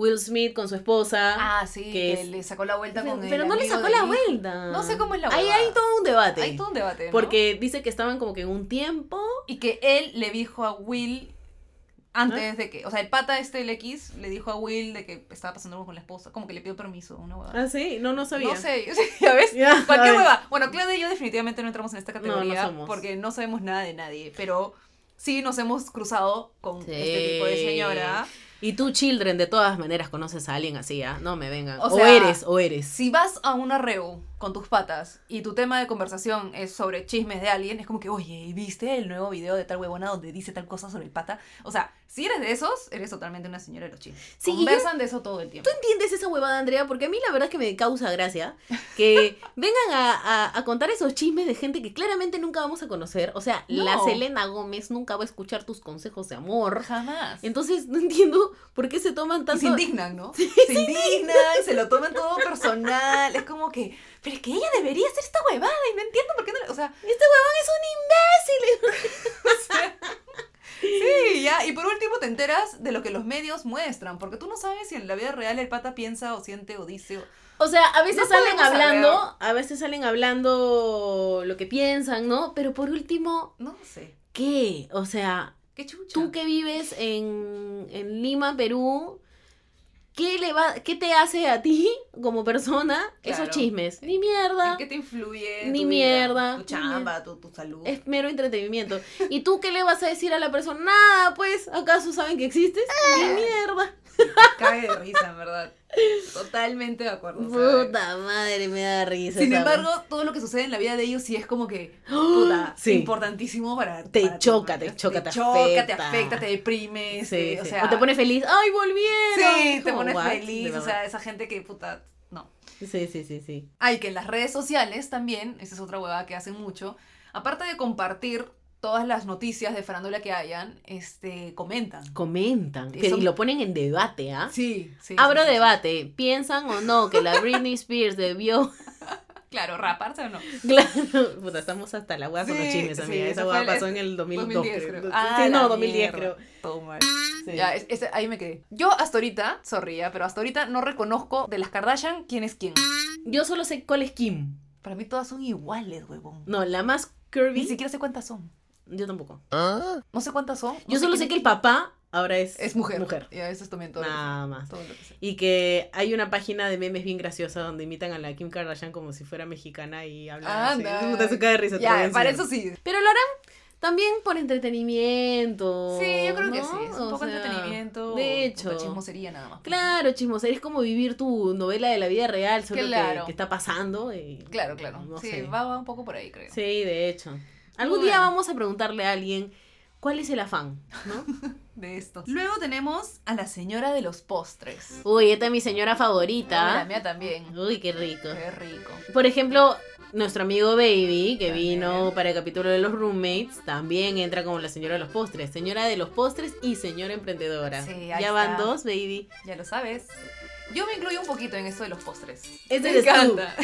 Will Smith con su esposa.
Ah, sí,
que
que,
es-
le sacó la vuelta
pero
con el
pero no le
amigo
sacó
de
la
Nick.
vuelta.
No sé cómo es la
Ahí
huevada.
hay todo un debate.
Hay todo un debate, ¿no?
Porque dice que estaban como que en un tiempo.
Y que él le dijo a Will antes de que... O sea, el pata este, el X, le dijo a Will de que estaba pasando algo con la esposa. Como que le pidió permiso, una huevada.
Ah, sí, no, no sabía.
No sé, ¿ya ves?
Ya, a
Cualquier
ver.
hueva. Bueno, Claudia y yo definitivamente no entramos en esta categoría
somos.
porque no sabemos nada de nadie, pero sí nos hemos cruzado con
Sí.
este tipo de señora.
Y tú, children, de todas maneras conoces a alguien así, ¿ah? No me vengan.
O
O,
sea,
eres, o eres.
Si vas a una reu con tus patas y tu tema de conversación es sobre chismes de alguien, es como que, oye, ¿y ¿viste el nuevo video de tal huevona donde dice tal cosa sobre el pata? O sea, si eres de esos, eres totalmente una señora de los chismes.
Sí, y yo-
Conversan de eso todo el tiempo.
entiendes esa huevada, Andrea? Porque a mí la verdad es que me causa gracia que vengan a, a- a contar esos chismes de gente que claramente nunca vamos a conocer. O sea,
No.
la Selena Gómez nunca va a escuchar tus consejos de amor.
Jamás.
Entonces, no entiendo por qué se toman
Y se
tanto...
indignan, ¿no? se indignan, se lo toman todo personal. Es como que, pero es que ella debería hacer esta huevada y no entiendo por qué no. le- O sea,
Este
sí, ya. Y por último te enteras de lo que los medios muestran, porque tú no sabes si en la vida real el pata piensa o siente o dice. o-
O sea, a veces
No
salen
podemos
hablando, a veces salen hablando lo que piensan, ¿no? Pero por último,
No sé.
¿qué? O sea,
Qué chucha.
tú que vives en, en Lima, Perú, ¿qué, le va, ¿qué te hace a ti como persona
Claro.
esos chismes? Ni
¿En
mierda.
qué te influye?
Ni
tu vida?
mierda,
Tu
ni
chamba, tu, tu salud.
Es mero entretenimiento. ¿Y tú qué le vas a decir a la persona? Nada, pues, ¿acaso saben que existes? Ni
Ah.
mierda.
Cae de risa, en verdad. Totalmente de acuerdo. o sea,
Puta madre, me da risa.
Sin
esa
embargo, todo lo que sucede en la vida de ellos sí es como que
¡Oh!
puta,
Sí.
importantísimo para
Te
para tu
choca,
vida.
te choca, te
choca, te
afecta.
afecta, te
vaina.
deprime,
Sí, sí.
este, o
o,
sea,
te pones feliz. ¡Ay, volvieron!
sí, te
Como,
pones
"What?" De
feliz, o
verdad.
sea, esa gente que puta, no.
Sí, sí, sí, sí.
Hay que en las redes sociales también, esa es otra huevada que hacen mucho, aparte de compartir todas las noticias de farándula que hayan, este comentan.
Comentan.
Y
que-
son-
Y lo ponen en debate, ¿ah?
Sí, sí.
Abro
sí, sí, sí.
debate. ¿Piensan o no que la Britney Spears debió?
Claro, raparse o no.
Claro. Puta, estamos hasta la hueá con los
Sí,
chismes,
sí,
amiga.
esa
Esa
fue
hueá
el- eh,
pasó en el 2002.
2010
creo.
creo.
sí,
Ah, la
no, 2010
mierda.
creo.
Todo mal.
Sí.
Ya, es- ese- ahí me quedé. Yo hasta ahorita, sorry, ya, pero hasta ahorita no reconozco de las Kardashian quién es quién.
Yo solo sé cuál es Kim.
Para mí todas son iguales, huevón.
No, la más curvy.
Ni siquiera sé cuántas son.
Yo tampoco.
No sé cuántas son. no
Yo solo sé que
quién
el papá ahora es,
es mujer.
mujer.
Ya, eso es también todo. lo que
Nada
sé.
más.
Todo lo que sé.
Y que hay una página de memes bien graciosa donde imitan a la Kim Kardashian como si fuera mexicana y hablan así.
Anda.
Puta, eso cae de risa,
Ya,
todavía
para
encima.
eso sí.
Pero lo harán También por entretenimiento.
Sí, yo creo que
¿no?
sí. Es
O
un poco
sea,
entretenimiento.
de
un
hecho.
poco chismosería nada más.
Claro, chismosa, es como vivir tu novela de la vida real, solo que-
Claro.
que, está pasando. y-
Claro, claro.
No
sí,
sé.
va, va un poco por ahí, creo.
Sí, de hecho. Algún
Bueno.
día vamos a preguntarle a alguien cuál es el afán, ¿no?
De estos. Luego tenemos a la señora de los postres.
Uy, esta es mi señora
La
favorita.
mía también.
Uy, qué rico.
Qué rico.
Por ejemplo, nuestro amigo Baby, que
También.
vino para el capítulo de los roommates, también entra como la señora de los postres. Señora de los postres y señora emprendedora.
Sí, ahí
ya van
está.
dos, Baby.
Ya lo sabes. Yo me incluyo un poquito en esto de los postres.
Ese
me
Este eres tú.
encanta.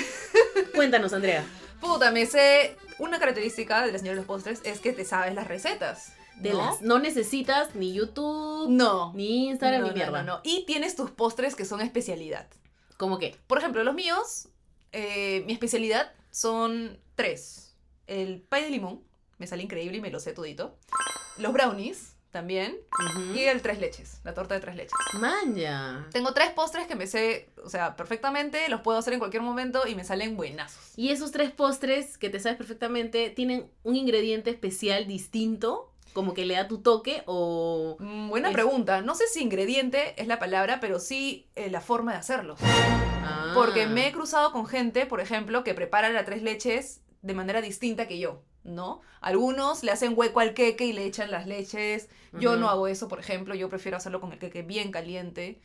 Cuéntanos, Andrea.
Puta, me sé. Una característica de la señora de los postres es que te sabes las recetas.
De
¿no?
las, no necesitas ni YouTube,
No.
ni Instagram,
No,
ni
no,
mierda.
no, no. Y tienes tus postres que son especialidad.
¿Cómo qué?
Por ejemplo, los míos, eh, mi especialidad son tres. El pay de limón, me sale increíble y me lo sé todito. Los brownies, también.
Ujú.
Y el tres leches, la torta de tres leches.
Manja.
Tengo tres postres que me sé, o sea, perfectamente, los puedo hacer en cualquier momento y me salen buenazos.
Y esos tres postres que te sabes perfectamente tienen un ingrediente especial distinto, como que le da tu toque o...
Mm, buena
Es-
pregunta. No sé si ingrediente es la palabra, pero sí eh, la forma de hacerlos.
Ah.
Porque me he cruzado con gente, por ejemplo, que prepara las tres leches de manera distinta que yo, ¿no? Algunos le hacen hueco al queque y le echan las leches. Yo
Ujú.
no hago eso, por ejemplo, yo prefiero hacerlo con el queque bien caliente.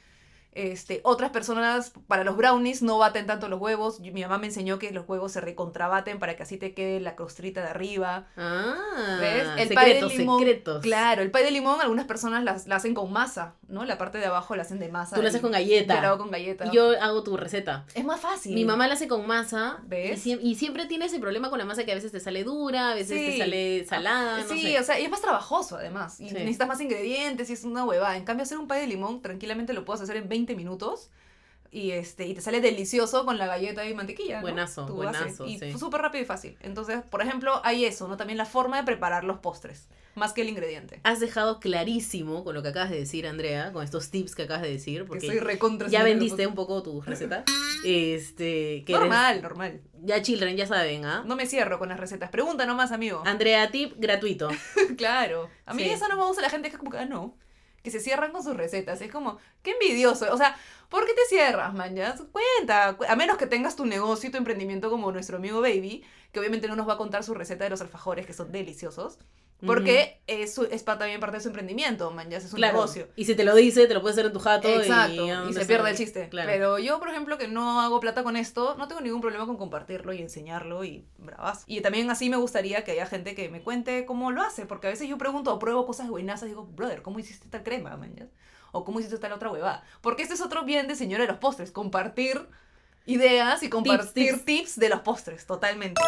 Este, otras personas para los brownies no baten tanto los huevos. Mi mamá me enseñó que los huevos se recontrabaten para que así te quede la costrita de arriba.
Ah,
¿Ves? El pay de
secretos,
limón.
secretos.
Claro, el pay de limón algunas personas las- la hacen con masa, ¿no? La parte de abajo la hacen de masa.
Tú lo
y
haces con
Yo la hago
galleta.
con galleta.
Y yo hago tu receta.
Es más fácil.
Mi mamá la hace con masa.
¿Ves?
Y, siem- y siempre tiene ese problema con la masa que a veces te sale dura, a veces
Sí.
te sale salada. no
sí,
sé.
o sea, y es más trabajoso además. Y
Sí.
necesitas más ingredientes y es una huevada. En cambio, hacer un pay de limón tranquilamente lo puedes hacer en 20 minutos. Y, este, y te sale delicioso con la galleta y mantequilla. ¿no?
Buenazo,
Tú haces.
buenazo,
Y
sí.
súper rápido y fácil. Entonces, por ejemplo, hay eso, ¿no? También la forma de preparar los postres, más que el ingrediente.
Has dejado clarísimo con lo que acabas de decir, Andrea, con estos tips que acabas de decir,
Que
porque
soy recontra.
ya vendiste un poco tu receta. Este, que eres-
Normal, normal.
ya children, ya saben, ¿ah?
No me cierro con las recetas. Pregunta nomás, amigo.
Andrea, tip gratuito.
claro. A mí
Sí.
eso no me gusta la gente que es como que, ah, no. Que se cierran con sus recetas. Es como, qué envidioso. O sea, ¿por qué te cierras, man? Ya, cuenta. Cu- A menos que tengas tu negocio y tu emprendimiento como nuestro amigo Baby, que obviamente no nos va a contar su receta de los alfajores, que son deliciosos. Porque es, su- es pa- también parte de su emprendimiento, man. Ya es
Ujú.
un negocio.
Y si te lo dice, te lo puedes hacer en tu jato. y-
Exacto.
ah,
Y,
no
se
sé.
pierde el chiste.
Claro.
Pero yo, por ejemplo, que no hago plata con esto, no tengo ningún problema con compartirlo y enseñarlo y bravas. Y también así me gustaría que haya gente que me cuente cómo lo hace, porque a veces yo pregunto o pruebo cosas buenazas y digo, brother, ¿cómo hiciste tal crema, man? ya?" O ¿cómo hiciste tal otra huevada? Porque este es otro bien de señora de los postres, compartir ideas y compartir tips,
tips.
de los postres, totalmente.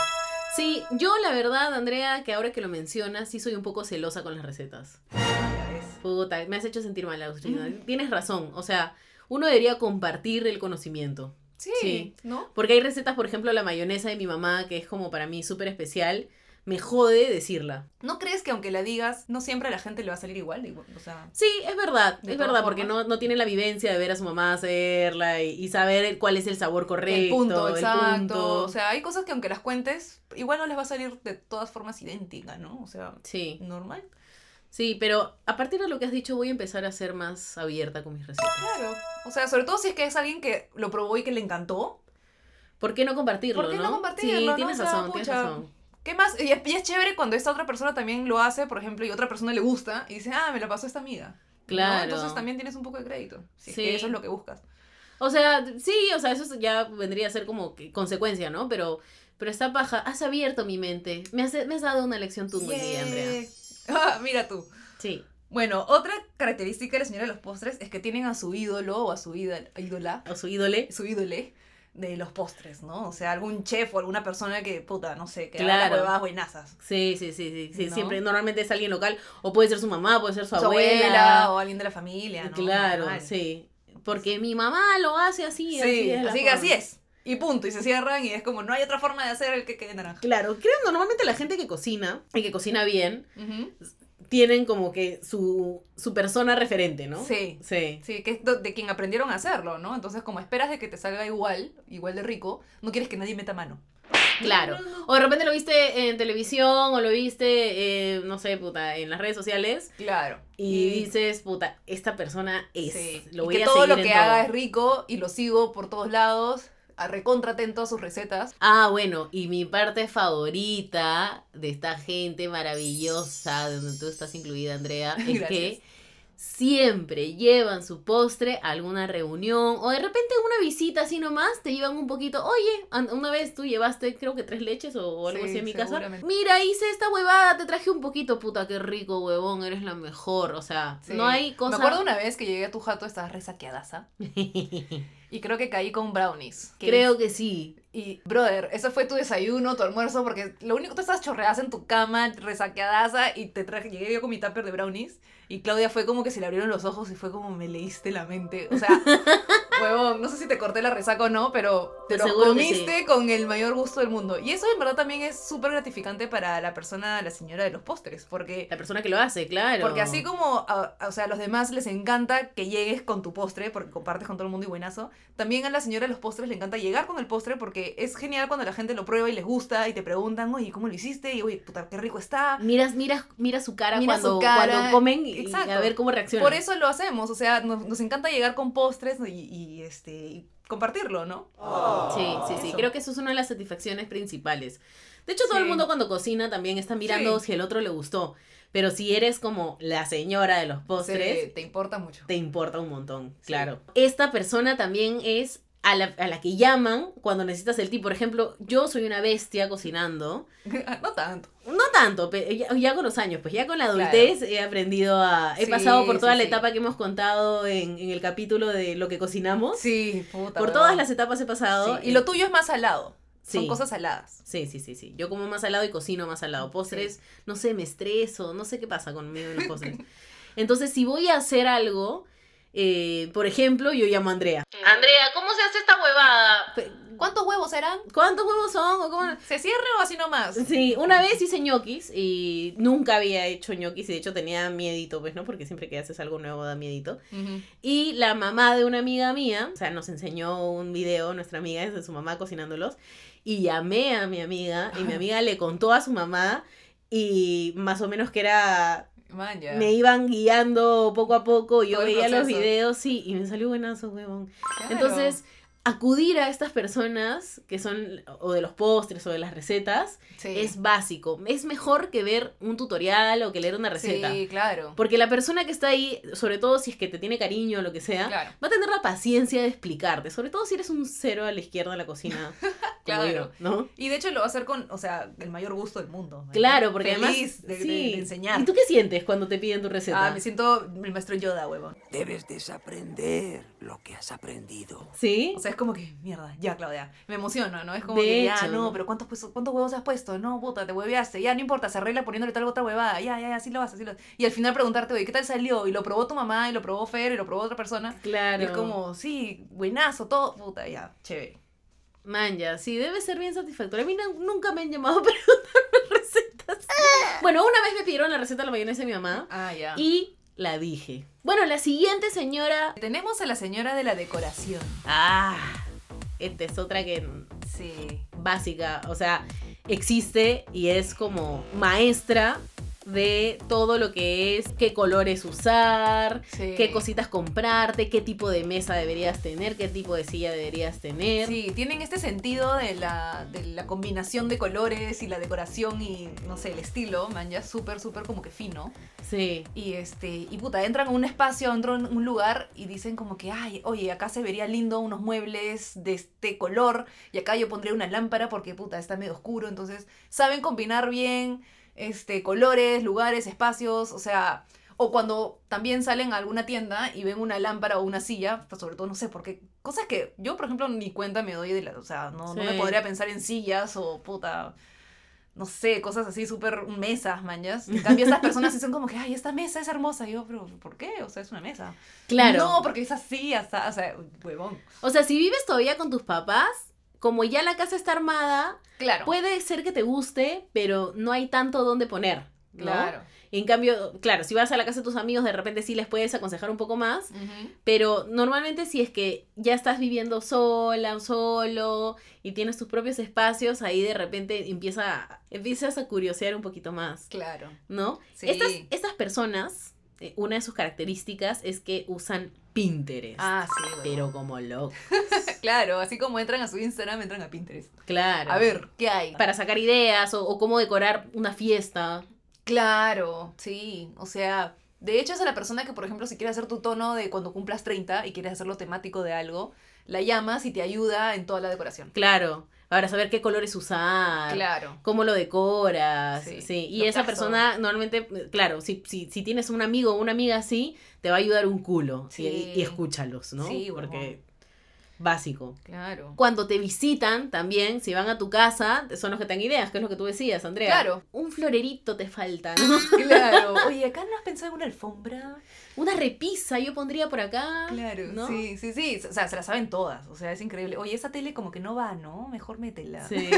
Sí, yo la verdad, Andrea, que ahora que lo mencionas, sí soy un poco celosa con las recetas.
Ya ves.
Puta, me has hecho sentir mal, Agustina.
Mm.
Tienes razón. O sea, uno debería compartir el conocimiento.
Sí,
Sí.
¿no?
Porque hay recetas, por ejemplo, la mayonesa de mi mamá, que es como para mí súper especial. Me jode decirla.
¿No crees que aunque la digas, no siempre a la gente le va a salir igual? Digo, O sea,
Sí, es verdad,
De
es
todas
verdad, porque no,
formas.
no tiene la vivencia de ver a su mamá hacerla y, y saber el- cuál es el sabor correcto.
el punto,
el
exacto.
punto.
O sea, hay cosas que aunque las cuentes, igual no les va a salir de todas formas idéntica, ¿no? O sea,
Sí,
normal.
sí, pero a partir de lo que has dicho voy a empezar a ser más abierta con mis recetas.
Claro. O sea, sobre todo si es que es alguien que lo probó y que le encantó.
¿Por qué no compartirlo?
¿Por qué no
Sí,
compartirlo, no?
tienes
O sea,
razón, tienes
pucha.
razón.
¿Qué más? Y es, y es chévere cuando esta otra persona también lo hace, por ejemplo, y otra persona le gusta y dice, ah, me lo pasó esta amiga. ¿No?
Claro.
Entonces también tienes un poco de crédito. Si es
Sí.
que eso es lo que buscas.
O sea, sí, o sea, eso es- ya vendría a ser como que consecuencia, ¿no? Pero, pero esta paja, has abierto mi mente. Me has, me has dado una lección tú muy
Yeah.
bien, Andrea.
Ah, mira tú.
Sí.
Bueno, otra característica de la señora de los postres es que tienen a su ídolo o a su ídol- ídola
O su ídole.
eh, su ídole de los postres, ¿no? O sea, algún chef o alguna persona que, puta, no sé, que haga
Claro.
las huevadas buenazas.
Sí, sí, sí, sí, sí,
¿No?
Siempre, normalmente es alguien local. O puede ser su mamá, puede ser su,
Su
abuela.
abuela o alguien de la familia, ¿no?
Claro,
Normal.
sí. Porque mi mamá lo hace así.
Sí,
así es la
así que
forma.
así es. Y punto, y se cierran y es como, no hay otra forma de hacer el que quede naranja.
Claro, creo normalmente la gente que cocina y que cocina bien
Ujú.
tienen como que su, su persona referente, ¿no?
Sí.
Sí.
Sí, que es do- de quien aprendieron a hacerlo, ¿no? Entonces, como esperas de que te salga igual, igual de rico, no quieres que nadie meta mano.
Claro. O de repente lo viste en televisión o lo viste, eh, no sé, puta, en las redes sociales
Claro.
y dices, puta, esta persona es.
Sí.
Lo
Y
voy
que
a
todo lo
seguir
que
en
haga
todo.
es rico y lo sigo por todos lados. a- Recontra atento a sus recetas.
Ah, bueno, y mi parte favorita de esta gente maravillosa, de donde tú estás incluida, Andrea, es
Gracias.
que siempre llevan su postre a alguna reunión o de repente una visita así nomás, te llevan un poquito, oye, an- una vez tú llevaste creo que tres leches o, o algo
Sí,
así en mi casa,
seguramente.
mira, hice esta huevada, te traje un poquito, puta, qué rico, huevón, eres la mejor, o sea,
Sí.
no hay cosa...
Me acuerdo una vez que llegué a tu jato, estabas resaqueadaza. Y creo que caí con brownies.
creo que sí.
Y, brother, eso fue tu desayuno, tu almuerzo, porque lo único, tú estabas chorreadas en tu cama, resaqueadaza, y te traje, llegué yo con mi tupper de brownies, y Claudia fue como que se le abrieron los ojos y fue como, me leíste la mente, o sea, huevón, no sé si te corté la resaca o no, pero te
Pues
lo
seguro que
comiste con el mayor gusto del mundo. Y eso en verdad también es súper gratificante para la persona, la señora de los postres, porque...
La persona que lo hace, claro.
Porque así como a, a- o sea, a los demás les encanta que llegues con tu postre, porque compartes con todo el mundo y buenazo, también a la señora de los postres le encanta llegar con el postre porque es genial cuando la gente lo prueba y les gusta y te preguntan, oye, ¿cómo lo hiciste? Y oye, puta, qué rico está.
Miras, miras, mira su cara,
Mira
cuando,
su cara,
cuando comen y
exacto.
a ver cómo reacciona.
Por eso lo hacemos, o sea, nos, nos encanta llegar con postres y, y, este, y compartirlo, ¿no?
Sí, sí, sí.
Eso.
Creo que eso es una de las satisfacciones principales. De hecho, todo el
Sí.
mundo cuando cocina también está mirando
Sí.
si el otro le gustó. Pero si eres como la señora de los postres,
Se- te importa mucho.
te importa un montón, claro. Esta persona también es a la, a la que llaman cuando necesitas el tip. Por ejemplo, yo soy una bestia cocinando.
Ah, no tanto.
No tanto, pero ya, ya con los años, pues ya con la
Claro.
adultez he aprendido a... He
Sí,
pasado por toda
sí,
la
sí.
etapa que hemos contado en, en el capítulo de lo que cocinamos.
Sí, puta.
por
huevón.
todas las etapas he pasado.
Sí, Y lo tuyo es más salado.
Sí.
Son cosas saladas.
Sí, sí, sí, sí. Yo como más salado y cocino más salado. Postres, no sé, me estreso, no sé qué pasa conmigo en los postres. Entonces, si voy a hacer algo, eh, por ejemplo, yo llamo a Andrea.
Andrea, ¿cómo se hace esta huevada?
Pe-
¿Cuántos huevos serán?
¿Cuántos huevos son? ¿O cómo?
¿Se cierra o así nomás?
Sí, una vez hice ñoquis y nunca había hecho ñoquis y de hecho tenía miedito, pues, ¿no? Porque siempre que haces algo nuevo da miedito.
Ujú.
Y la mamá de una amiga mía, o sea, nos enseñó un video, nuestra amiga, es de su mamá cocinándolos, y llamé a mi amiga, y mi amiga le contó a su mamá, y más o menos que era,
Man, ya.
me iban guiando poco a poco, y yo
Todo el
veía los
proceso.
videos, sí, y me salió buenazo, huevón.
Claro.
Entonces, acudir a estas personas, que son o de los postres o de las recetas,
Sí.
es básico. Es mejor que ver un tutorial o que leer una receta.
Sí, claro.
Porque la persona que está ahí, sobre todo si es que te tiene cariño o lo que sea,
Claro.
va a tener la paciencia de explicarte, sobre todo si eres un cero a la izquierda en la cocina. como
Claro.
yo, ¿no?
Y de hecho lo va a hacer con, o sea, el mayor gusto del mundo. ¿no?
Claro, porque
Feliz
además
de, de-
sí.
de enseñar.
¿Y tú qué sientes cuando te piden tu receta?
Ah, me siento el maestro Yoda, huevón.
Debes desaprender lo que has aprendido.
¿Sí?
O sea, es como que, mierda, ya, Claudia. Me emociono, ¿no? Es como
De
que, ya,
hecho.
no, pero ¿cuántos, pues- ¿cuántos huevos has puesto? No, puta, te hueveaste. Ya, no importa, se arregla poniéndole tal otra huevada. Ya, ya, ya, así lo vas, así lo Y al final preguntarte, oye, ¿qué tal salió? Y lo probó tu mamá, y lo probó Fer, y lo probó otra persona.
claro.
Y es como, sí, buenazo, todo, puta, ya, chévere.
Manja, sí, debe ser bien satisfactorio. A mí no- nunca me han llamado a preguntarme recetas. Bueno, una vez me pidieron la receta de la mayonesa de mi mamá
Ah, ya. Y
y la dije. Bueno, la siguiente señora...
tenemos a la señora de la decoración.
Ah, esta es otra que
Sí.
básica, o sea, existe y es como maestra de todo lo que es qué colores usar,
Sí.
qué cositas comprarte, qué tipo de mesa deberías tener, qué tipo de silla deberías tener.
Sí, tienen este sentido de la, de la combinación de colores y la decoración y, no sé, el estilo, man, ya súper, súper como que fino.
Sí.
Y este, y puta, entran a un espacio, entran a un lugar y dicen como que, ay, oye, acá se vería lindo unos muebles de este color y acá yo pondré una lámpara porque, puta, está medio oscuro. Entonces, saben combinar bien, este, colores, lugares, espacios, o sea... O cuando también salen a alguna tienda y ven una lámpara o una silla, pues sobre todo no sé por qué. Cosas que yo, por ejemplo, ni cuenta me doy de la. O sea, no, no me
Sí.
podría pensar en sillas o puta no sé, cosas así súper mesas, mañas. En cambio, estas personas sí son como que, ay, esta mesa es hermosa. Y yo, pero ¿por qué? O sea, es una mesa.
Claro.
No, porque es así, hasta, o sea, huevón.
O sea, si vives todavía con tus papás, como ya la casa está armada,
Claro.
puede ser que te guste, pero no hay tanto donde poner. ¿no?
claro.
En cambio, claro, si vas a la casa de tus amigos, de repente sí les puedes aconsejar un poco más, pero normalmente si es que ya estás viviendo sola o solo y tienes tus propios espacios, ahí de repente empieza, empiezas a curiosear un poquito más,
Claro.
¿no?
Sí.
Estas, estas personas, eh, una de sus características es que usan Pinterest.
Ah, sí. huevón.
Pero como loco.
Claro, así como entran a su Instagram, entran a Pinterest.
Claro.
A ver, ¿qué hay?
Para sacar ideas o, o cómo decorar una fiesta.
Claro, sí. O sea, de hecho es a la persona que, por ejemplo, si quieres hacer tu tono de cuando cumplas 30 y quieres hacerlo temático de algo, la llamas y te ayuda en toda la decoración.
Claro. Para saber qué colores usar.
Claro.
Cómo lo decoras. Sí.
Sí,
Y
lo
esa
caso.
persona normalmente, claro, si, si, si tienes un amigo o una amiga así, te va a ayudar un culo.
Sí.
Y, y escúchalos, ¿no?
Sí, huevón.
Porque básico.
Claro.
Cuando te visitan también, si van a tu casa, son los que te dan ideas, que es lo que tú decías, Andrea.
Claro.
Un florerito te falta, ¿no?
Claro. Oye, ¿acá no has pensado en una alfombra?
Una repisa yo pondría por acá.
Claro,
¿no?
sí, sí, sí. O sea, se la saben todas. O sea, es increíble. Oye, esa tele como que no va, ¿no? Mejor métela.
Sí.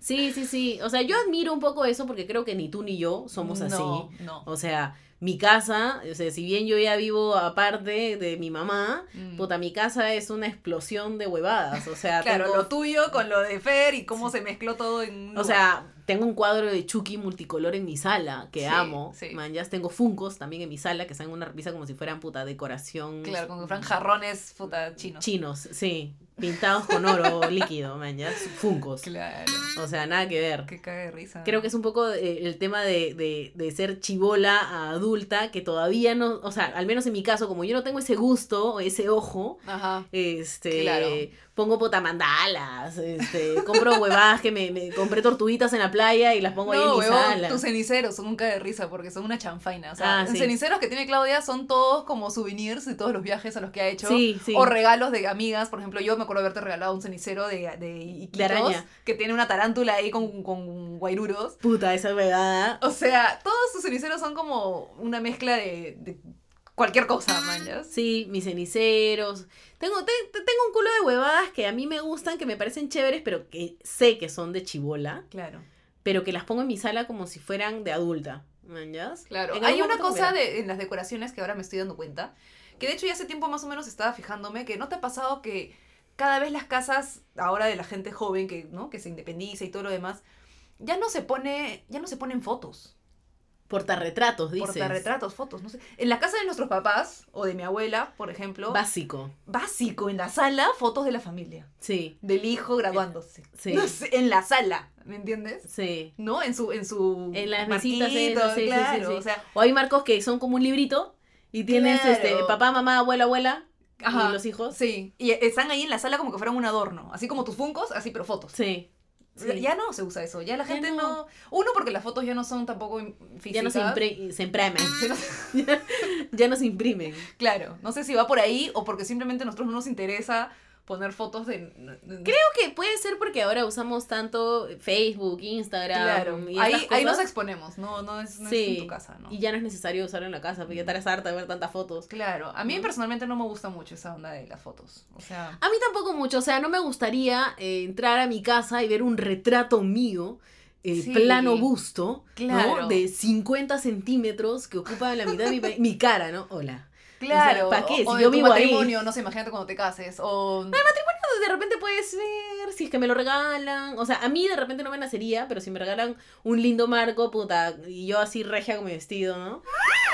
sí, sí, sí. O sea, yo admiro un poco eso porque creo que ni tú ni yo somos
No,
así.
No.
O sea, mi casa, o sea, si bien yo ya vivo aparte de mi mamá,
Mm.
puta, mi casa es una explosión de huevadas. O sea,
Claro,
tengo-
lo tuyo con lo de Fer y cómo se mezcló todo en un
o
lugar.
sea, tengo un cuadro de Chucky multicolor en mi sala, que
Sí,
amo.
sí.
Man, ya tengo funcos también en mi sala, que están en una repisa como si fueran puta decoración.
Claro, con que fueran jarrones puta chinos.
Chinos, sí. Pintados con oro líquido, man, ya. Funcos.
Claro.
O sea, nada que ver.
Que cae de risa.
Creo que es un poco eh, el tema de, de- de ser chivola a adulta, que todavía no, o sea, al menos en mi caso, como yo no tengo ese gusto o ese ojo,
Ajá.
este,
Claro.
pongo potamandalas, este, compro huevadas que me, me compré tortuguitas en la playa y las pongo ahí en
No,
mi sala.
huevón, tus ceniceros son un cae de risa porque son una chanfaina. O sea,
Ah,
los
sí.
ceniceros que tiene Claudia son todos como souvenirs de todos los viajes a los que ha hecho.
Sí, sí.
O regalos de amigas. Por ejemplo, yo me acuerdo haberte regalado un cenicero de, de Iquitos
araña.
que tiene una tarántula ahí con, con guairuros.
Puta, esa huevada.
O sea, todos sus ceniceros son como una mezcla de, de cualquier cosa, mañas.
Sí, mis ceniceros. Tengo, te- te- tengo un culo de huevadas que a mí me gustan, que me parecen chéveres, pero que sé que son de chivola.
Claro.
pero que las pongo en mi sala como si fueran de adulta. ¿Mañas?
Claro.
En
Hay
algún
una
momento
cosa
volverá.
de, en las decoraciones que ahora me estoy dando cuenta, que de hecho ya hace tiempo más o menos estaba fijándome, que no te ha pasado que cada vez las casas, ahora de la gente joven que, ¿no? que se independiza y todo lo demás, ya no se pone, ya no se ponen fotos.
Portarretratos, dices.
Portarretratos, fotos, no sé. En la casa de nuestros papás o de mi abuela, por ejemplo,
Básico.
básico en la sala, fotos de la familia.
Sí,
del hijo graduándose.
Eh, Sí.
No sé, en la sala, ¿me entiendes?
sí.
No, en su en su
En las mesitas,
marquito,
eso, sí, sí, sí,
claro,
sí.
o sea,
O hay marcos que son como un librito y tienes
Claro.
este papá, mamá, abuela, abuela
Ajá.
y los hijos.
sí, y están ahí en la sala como que fueran un adorno, así como tus funcos, así pero fotos.
Sí. sí.
Ya no se usa eso, ya la
Ya
gente
no.
no. uno porque las fotos ya no son tampoco im- físicas.
Ya no se, impre- se imprimen.
Ya no-
ya no se imprimen.
Claro, no sé si va por ahí o porque simplemente a nosotros no nos interesa poner fotos de
Creo que puede ser porque ahora usamos tanto Facebook, Instagram.
claro,
y
ahí
estas
ahí nos
cosas,
exponemos, no no es, no es
Sí.
en tu casa, ¿no?
Y ya no es necesario usarlo en la casa porque ya estarás harta de ver tantas fotos.
Claro, a mí personalmente no me gusta mucho esa onda de las fotos. O sea,
A mí tampoco mucho, o sea, no me gustaría eh, entrar a mi casa y ver un retrato mío, eh,
Sí.
plano busto, ¿no?
Claro.
De 50 centímetros que ocupa la mitad de mi, pe- mi cara, ¿no? Hola.
claro.
O sea, ¿pa' qué? Si
o de
yo
tu
vivo ahí.
matrimonio, no sé, imagínate cuando te cases. O
Entonces, De repente puede ser, si es que me lo regalan, o sea, a mí de repente no me nacería, pero si me regalan un lindo marco, puta, y yo así regia con mi vestido, ¿no?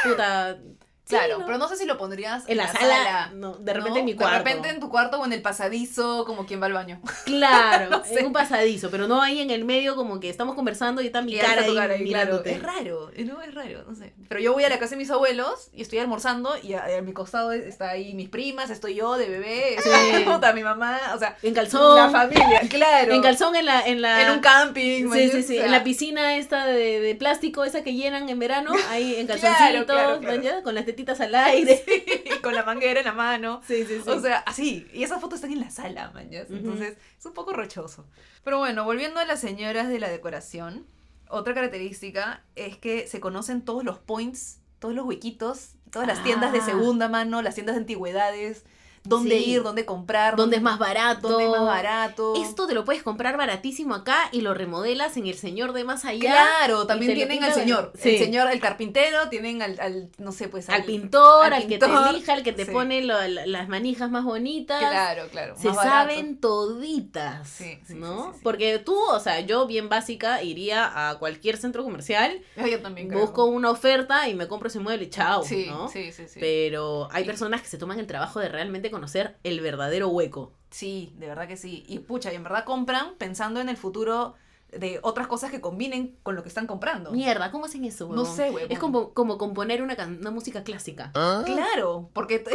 Puta. sí,
claro,
¿no?
pero no sé si lo pondrías
En la, sala, no, de repente
¿no?
en mi cuarto.
De repente en tu cuarto o en el pasadizo, como quien va al baño.
Claro,
sé.
en un pasadizo, pero no ahí en el medio como que estamos conversando y está mi
Y ahí
cara
está tu
ahí
cara ahí, claro.
mirándote.
Es raro, eh, no es raro, no sé. Pero yo voy a la casa de mis abuelos y estoy almorzando y a, a mi costado está ahí mis primas, estoy yo de bebé,
Sí.
puta, mi mamá, o sea,
En calzón.
la familia, claro.
En calzón en la, en la.
En un
Sí,
camping,
sí,
¿me
sí.
entiendes? O
En
sea,
la piscina esta de, de plástico, esa que llenan en verano, ahí en
Claro,
calzoncitos,
claro, claro.
¿ya? con las tetitas al aire.
con la manguera en la mano.
Sí, sí, sí.
O sea, así. Y esas fotos están en la sala, mañas.
Ujú.
Entonces, es un poco rochoso. Pero bueno, volviendo a las señoras de la decoración, otra característica es que se conocen todos los points, todos los huequitos, todas las tiendas de
Ah.
segunda mano, las tiendas de antigüedades. dónde
Sí.
ir, dónde comprar,
¿Dónde es más barato?
dónde es más barato.
Esto te lo puedes comprar baratísimo acá y lo remodelas en el señor de más allá.
Claro,
te
también
lo
tienen al
pintan-
señor.
Sí.
El señor, el carpintero, tienen al, al, no sé, pues
Al pintor, al,
al
que te
pintor,
elija, al que te
sí.
pone lo- la- las manijas más bonitas.
Claro, claro.
Se
más barato.
saben toditas,
Sí, sí,
¿no?
sí, sí, sí.
Porque tú, o sea, yo bien básica iría a cualquier centro comercial,
Ah, Yo también creo.
busco una oferta y me compro ese mueble, chao,
Sí,
¿no?
sí, sí, sí.
Pero hay
Sí.
personas que se toman el trabajo de realmente conocer el verdadero hueco.
Sí, de verdad que sí. Y pucha, y en verdad compran pensando en el futuro de otras cosas que combinen con lo que están comprando.
Mierda, ¿cómo hacen eso,
No
huevón?
sé, huevón.
Es como, como componer una, can- una música clásica.
Ah. Claro, porque es-
chucha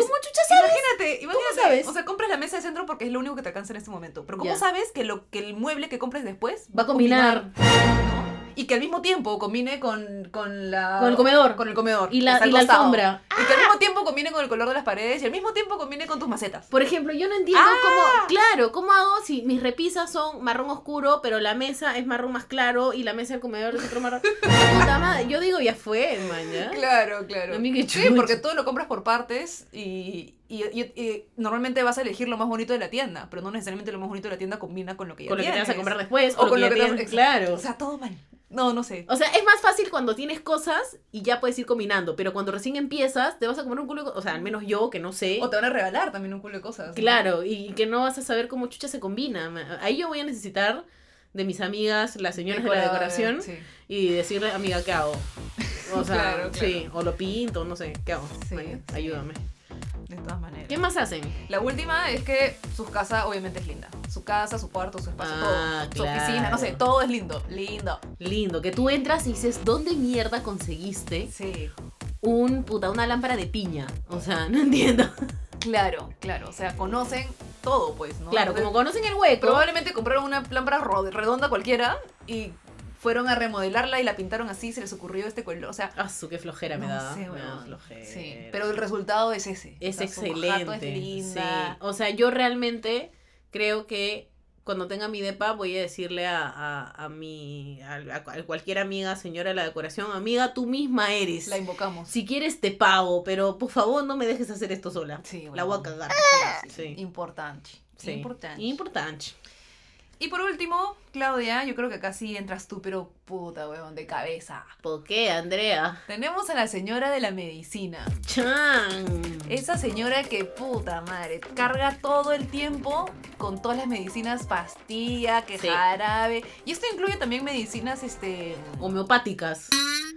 imagínate, imagínate,
sabes?
o sea, compras la mesa de centro porque es lo único que te alcanza en este momento, pero ¿cómo
Ya.
sabes que lo que el mueble que compres después
Va a combinar
¿no? y que al mismo tiempo combine con, con la
con el comedor
con el comedor
y
que
la,
está al
y la
costado.
alfombra. Ah.
y que al mismo tiempo combine con el color de las paredes y al mismo tiempo combine con tus macetas.
Por ejemplo, yo no entiendo cómo, claro, cómo hago si mis repisas son marrón oscuro, pero la mesa es marrón más claro y la mesa del comedor es otro marrón. Puta madre, yo digo, ya fue, mañana.
Claro, claro.
A mí qué
Sí,
chucha.
porque todo lo compras por partes y, y- y- y normalmente vas a elegir lo más bonito de la tienda, pero no necesariamente lo más bonito de la tienda combina con lo que ya
Con lo que te vas a
tienes.
comprar después o,
O
lo
con
que
lo
ya
que te vas-
tienes,
exacto.
claro.
O sea, todo mal. No, no sé.
O sea, es más fácil cuando tienes cosas y ya puedes ir combinando, pero cuando recién empiezas te vas a comer un culo, de co- o sea, al menos yo que no sé.
O te van a regalar también un culo de cosas. ¿no?
Claro, y que no vas a saber cómo chucha se combina. Ma- Ahí yo voy a necesitar de mis amigas, las señoras de la
Decorador,
decoración,
Sí.
y decirle, amiga, ¿qué hago? O sea,
Claro, claro.
sí, o lo pinto, no sé, ¿qué hago?
Sí,
Maña,
sí.
Ayúdame.
De todas maneras.
¿Qué más hacen?
La última es que su casa obviamente es linda. Su casa, su cuarto, su espacio,
Ah,
todo. Su oficina, no sé,
claro.
todo es lindo. Lindo.
Lindo, que tú entras y dices, ¿dónde mierda conseguiste
Sí.
un puta, una lámpara de piña? O sea, no entiendo.
Claro, claro. O sea, conocen todo, pues, ¿no?
Claro,
Entonces,
como conocen el hueco.
Probablemente compraron una lámpara ro- redonda cualquiera y fueron a remodelarla y la pintaron así, se les ocurrió este color. O sea,
Ah, su qué flojera me
No
da.
sé,
me da
weón.
flojera.
sí. Pero el resultado es ese.
es
O sea, su jato
excelente.
Es linda.
sí. O sea, yo realmente creo que cuando tenga mi depa voy a decirle a, a, a mi a, a cualquier amiga, señora de la decoración, amiga, tú misma eres.
La invocamos.
Si quieres te pago, pero por favor no me dejes hacer esto sola.
Sí,
La
bueno.
voy a cagar. Sí.
Importante.
sí.
Importante.
Importante.
y por último, Claudia, yo creo que acá sí entras tú, pero puta, weón, de cabeza.
¿Por qué, Andrea?
Tenemos a la señora de la medicina.
Chan.
Esa señora que puta madre, carga todo el tiempo con todas las medicinas, pastilla, que
Sí.
jarabe. Y esto incluye también medicinas, este...
Homeopáticas.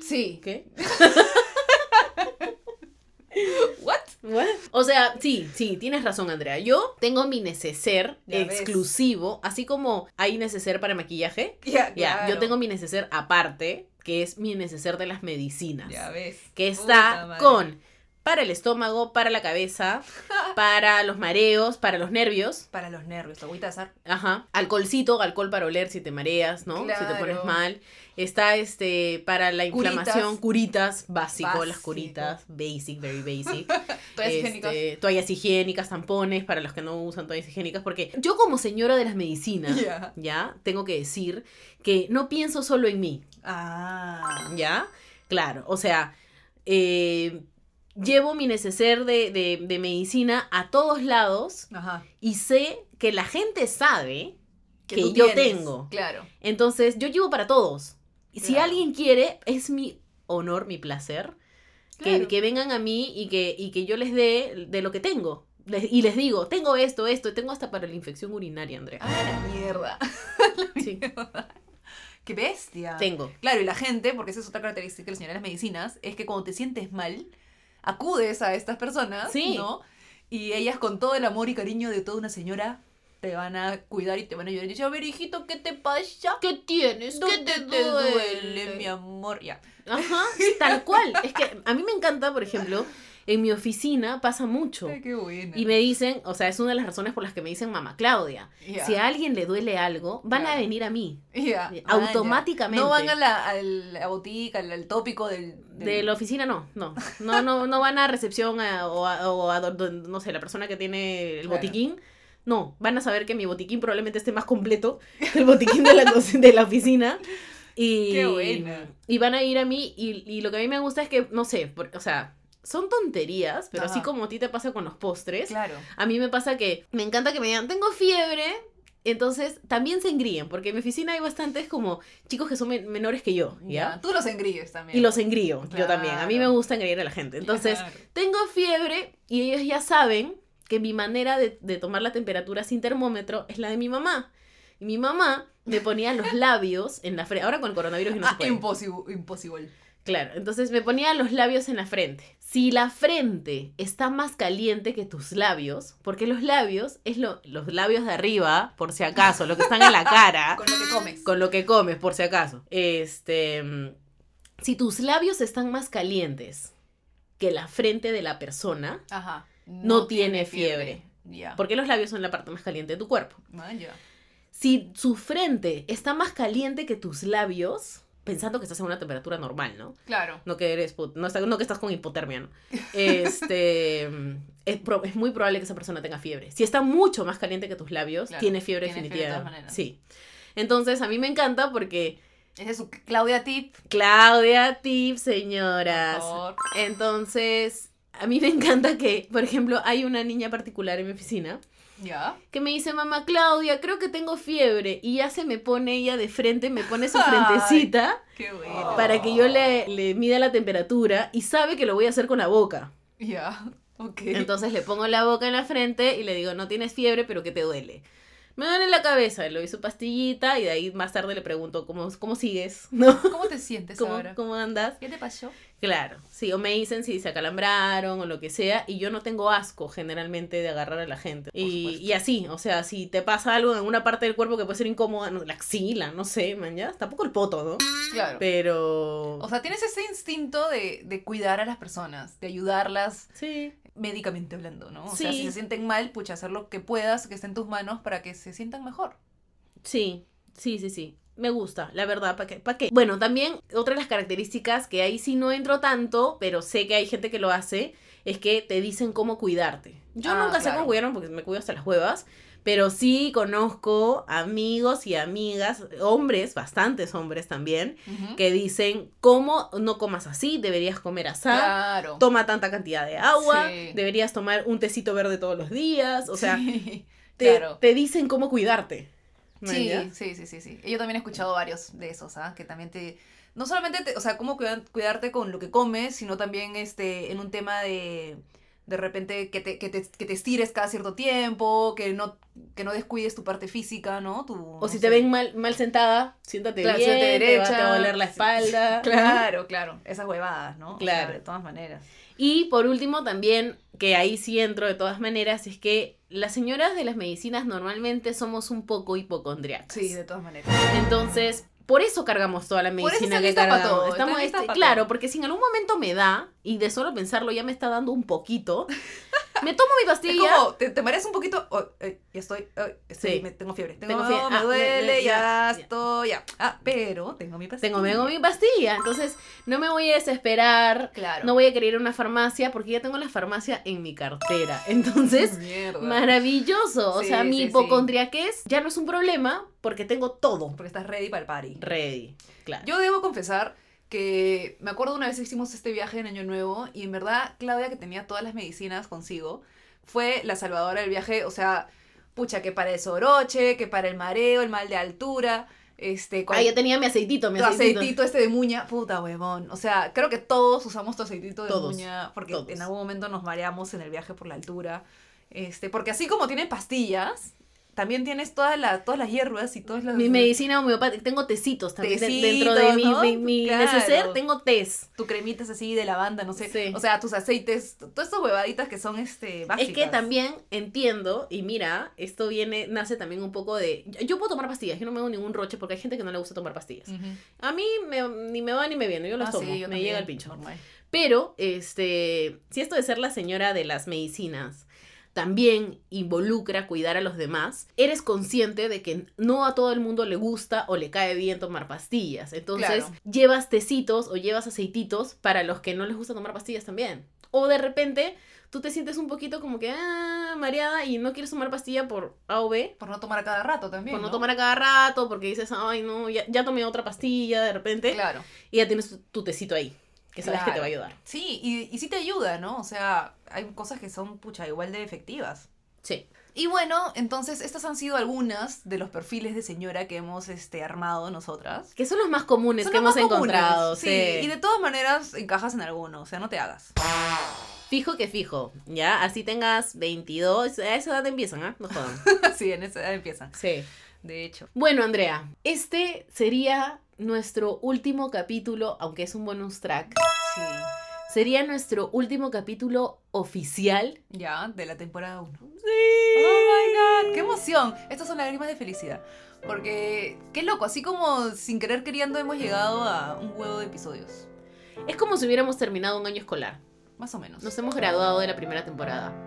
Sí.
¿Qué?
¿What?
What? O sea, sí, sí, tienes razón, Andrea. Yo tengo mi neceser
Ya ves.
exclusivo, así como hay neceser para maquillaje.
Ya,
Ya, yo tengo mi neceser aparte, que es mi neceser de las medicinas.
Ya ves.
que
Puta
está
madre.
con para el estómago, para la cabeza, para los mareos, para los nervios.
Para los nervios, agüita de azar.
Ajá. Alcoholcito, alcohol para oler si te mareas, ¿no? Si te pones
Claro.
mal. Está este para la
Curitas.
inflamación, curitas, básico, las
Básico.
curitas, basic, very basic.
Toallas
Este,
higiénicas.
toallas higiénicas, tampones para los que no usan toallas higiénicas, porque yo como señora de las medicinas,
Ya.
ya, tengo que decir que no pienso solo en mí,
Ah.
ya, claro, o sea, eh, llevo mi neceser de, de- de medicina a todos lados
Ajá.
y sé que la gente sabe, Que
tú
yo
tienes.
tengo.
Claro.
entonces yo llevo para todos. Y si
Claro.
alguien quiere, es mi honor, mi placer, que,
Claro.
que vengan a mí y que, y que yo les dé de lo que tengo. Les- y les digo, tengo esto, esto, tengo hasta para la infección urinaria, Andrea.
Ah, la mierda. Ah,
Sí,
Qué bestia.
tengo.
Claro, y la gente, porque esa es otra característica de la señora de las medicinas, es que cuando te sientes mal, acudes a estas personas,
Sí.
¿no? Y ellas con todo el amor y cariño de toda una señora te van a cuidar y te van a ayudar. Y dicen, a ver, hijito, ¿qué te pasa?
¿Qué tienes? ¿Qué
¿Dónde te duele, mi amor? Ya.
Ajá, tal cual. Es que a mí me encanta, por ejemplo, en mi oficina pasa mucho.
Ay, qué buena.
Y me dicen, o sea, es una de las razones por las que me dicen mamá Claudia.
Ya.
Si a alguien le duele algo, van a
Claro.
venir a mí.
Ya. Ah, ya.
eh, automáticamente.
No van a la, a la botica, al, al tópico del... del-
De la oficina no, no, no, no, no van a recepción a- o a, o a do- no sé, la persona que tiene el
Claro.
botiquín. No, van a saber que mi botiquín probablemente esté más completo que el botiquín de la, cos- de la oficina. Y,
Qué buena.
y van a ir a mí y, y lo que a mí me gusta es que, no sé, por- o sea, son tonterías, pero así
Ajá.
como a ti te pasa con los postres,
Claro.
a mí me pasa que me encanta que me digan, tengo fiebre. Entonces también se engríen, porque en mi oficina hay bastantes como chicos que son men- menores que yo, ¿ya?
Tú los engríes también.
Y los engrío, yo también. A mí me
Claro.
gusta engreír a la gente. Entonces,
Claro.
tengo fiebre y ellos ya saben que mi manera de, de tomar la temperatura sin termómetro es la de mi mamá. Y mi mamá me ponía los labios en la frente. Ahora con el coronavirus no se
Ah,
puede.
imposible, imposible.
Claro, entonces me ponía los labios en la frente. Si la frente está más caliente que tus labios, porque los labios es lo, los labios de arriba, por si acaso, lo que están en la cara,
Con lo que comes.
con lo que comes, por si acaso. Este, mm, si tus labios están más calientes que la frente de la persona,
Ajá.
No tiene
Ya.
porque los labios son la parte más caliente de tu cuerpo.
Ah, ya.
Si su frente está más caliente que tus labios, pensando que estás en una temperatura normal, ¿no?
Claro.
No que eres put- no, está- no que estás con hipotermia, ¿no? Este es, pro- es muy probable que esa persona tenga fiebre. Si está mucho más caliente que tus labios,
Claro,
tiene fiebre
tiene fiebre de
definitiva.
todas maneras.
sí. Entonces, a mí me encanta porque
Ese es su Claudia Tip.
Claudia Tip,
por
señoras.
favor.
Entonces, a mí me encanta que, por ejemplo, hay una niña particular en mi oficina
Ya.
que me dice, "Mamá Claudia, creo que tengo fiebre." Y ya se me pone ella de frente, me pone su
Ay.
frentecita.
Qué bueno.
para que yo le, le mida la temperatura y sabe que lo voy a hacer con la boca.
Ya. Ok.
Entonces le pongo la boca en la frente y le digo, no tienes fiebre, pero que te duele. Me duele la cabeza, le doy su pastillita y de ahí más tarde le pregunto, ¿cómo, cómo sigues? ¿No?
¿Cómo te sientes
¿Cómo,
Pues ahora?
¿Cómo andas?
¿Qué te pasó?
Claro, sí, o me dicen si se acalambraron o lo que sea, y yo no tengo asco generalmente de agarrar a la gente. Y,
supuesto.
y así, o sea, si te pasa algo en alguna parte del cuerpo que puede ser incómoda, no, la axila, no sé, man, ya, tampoco el poto, ¿no?
Claro.
Pero...
O sea, tienes ese instinto de, de cuidar a las personas, de ayudarlas
sí.
médicamente hablando, ¿no? O sea,
Sí.
si se sienten mal, pucha, hacer lo que puedas, que esté en tus manos para que se sientan mejor.
Sí, sí, sí, sí. Me gusta, la verdad, ¿para qué? ¿Para qué? Bueno, también otra de las características que ahí sí no entro tanto, pero sé que hay gente que lo hace, es que te dicen cómo cuidarte. Yo
Ah,
nunca sé
claro.
cómo cuidarme porque me cuido hasta las huevas, pero sí conozco amigos y amigas, hombres, bastantes hombres también,
Ujú.
que dicen cómo no comas así, deberías comer así.
Claro.
Toma tanta cantidad de agua,
Sí.
deberías tomar un tecito verde todos los días, o sea,
Sí,
te,
claro.
te dicen cómo cuidarte.
Sí,
¿Mañas?
sí, sí, sí, sí. Yo también he escuchado varios de esos, ¿ah? Que también te... No solamente, te- o sea, cómo cuida- cuidarte con lo que comes, sino también este, en un tema de, de repente, que te, que, te, que te estires cada cierto tiempo, que no, que no descuides tu parte física, ¿no? Tu,
O si te ven mal, mal sentada, siéntate
Claro,
bien,
siéntate
te va- te
derecha.
va a doler la espalda.
Claro, claro. Esas huevadas, ¿no? O sea,
Claro.
de todas maneras.
Y por último también, que ahí sí entro de todas maneras, es que las señoras de las medicinas normalmente somos un poco hipocondriacas.
Sí, de todas maneras.
Entonces, por eso cargamos toda la
Por eso
medicina
está
que
lista pa'
cargamos.
todo, está
Estamos
lista
este-
pa'
claro,
todo.
porque si en algún momento me da, y de solo pensarlo ya me está dando un poquito, me tomo mi
Es
pastilla.
como, te, te mareas un poquito, oh, eh, ya estoy, oh, estoy
Sí.
me, tengo fiebre, tengo,
Tengo fiebre,
me
ah, me- me-
duele,
ya,
ya,
ya.
estoy, ya. Ah, pero tengo mi pastilla.
Tengo, me hago mi pastilla, entonces no me voy a desesperar,
Claro.
no voy a querer ir a una farmacia porque ya tengo la farmacia en mi cartera. Entonces,
Mierda.
Maravilloso. o
Sí,
sea,
sí,
mi
sí.
hipocondriaquez ya no es un problema porque tengo todo
Porque estás ready para el party.
ready. Claro.
Yo debo confesar que me acuerdo una vez que hicimos este viaje en Año Nuevo y en verdad Claudia, que tenía todas las medicinas consigo, fue la salvadora del viaje. O sea, pucha, que para el soroche, que para el mareo, el mal de altura, este... cual-
Ah, yo tenía mi aceitito, mi
tu
aceitito.
aceitito este de muña, puta huevón. O sea, creo que todos usamos tu aceitito de
Todos,
muña porque
todos.
en algún momento nos mareamos en el viaje por la altura. Este, porque así como tienen pastillas, también tienes todas las todas las hierbas y todas las
Mi medicina homeopática, tengo tecitos también de- dentro de
Tecitos,
mi,
¿no?
mi, mi
Claro.
neceser, tengo tés.
tu cremitas así de lavanda, no sé.
Sí.
O sea, tus aceites, t- todas estas huevaditas que son este básicas.
Es que también entiendo, y mira, esto viene, nace también un poco de. yo- Yo puedo tomar pastillas, yo no me hago ningún roche porque hay gente que no le gusta tomar pastillas.
Ujú.
A mí me- ni me va ni me viene, yo las
Mm. Ah,
tomo,
sí, yo
me
también,
llega el pincho.
normal.
Pero, este, si esto de ser la señora de las medicinas también involucra cuidar a los demás, eres consciente de que no a todo el mundo le gusta o le cae bien tomar pastillas. Entonces,
Claro.
llevas tecitos o llevas aceititos para los que no les gusta tomar pastillas también. O de repente, tú te sientes un poquito como que ah, mareada y no quieres tomar pastilla por A o B.
Por no tomar a cada rato también.
Por no tomar a cada rato, porque dices, ay, no, ya, ya tomé otra pastilla de repente.
Claro,
Y ya tienes tu, tu tecito ahí. que sabes que te va a ayudar.
Sí, y, y sí te ayuda, ¿no? O sea, hay cosas que son, pucha, igual de efectivas.
Sí.
Y bueno, entonces estas han sido algunas de los perfiles de señora que hemos este, armado nosotras.
Que son los más comunes
Son
que hemos
los más comunes,
encontrado.
sí.
sí.
Y de todas maneras encajas en alguno, o sea, no te hagas.
Fijo que fijo, ¿ya? Así tengas 22, a esa edad empiezan, ¿ah? No jodan.
sí, en esa edad empiezan,
Sí.
de hecho.
Bueno, Andrea, este sería nuestro último capítulo, aunque es un bonus track,
Sí.
sería nuestro último capítulo oficial.
Ya, de la temporada 1.
Sí.
¡Oh, my God! ¡Qué emoción! Estas son lágrimas de felicidad. Porque, qué loco, así como sin querer queriendo hemos llegado a un huevo de episodios.
Es como si hubiéramos terminado un año escolar.
Más o menos.
Nos hemos graduado de la primera temporada.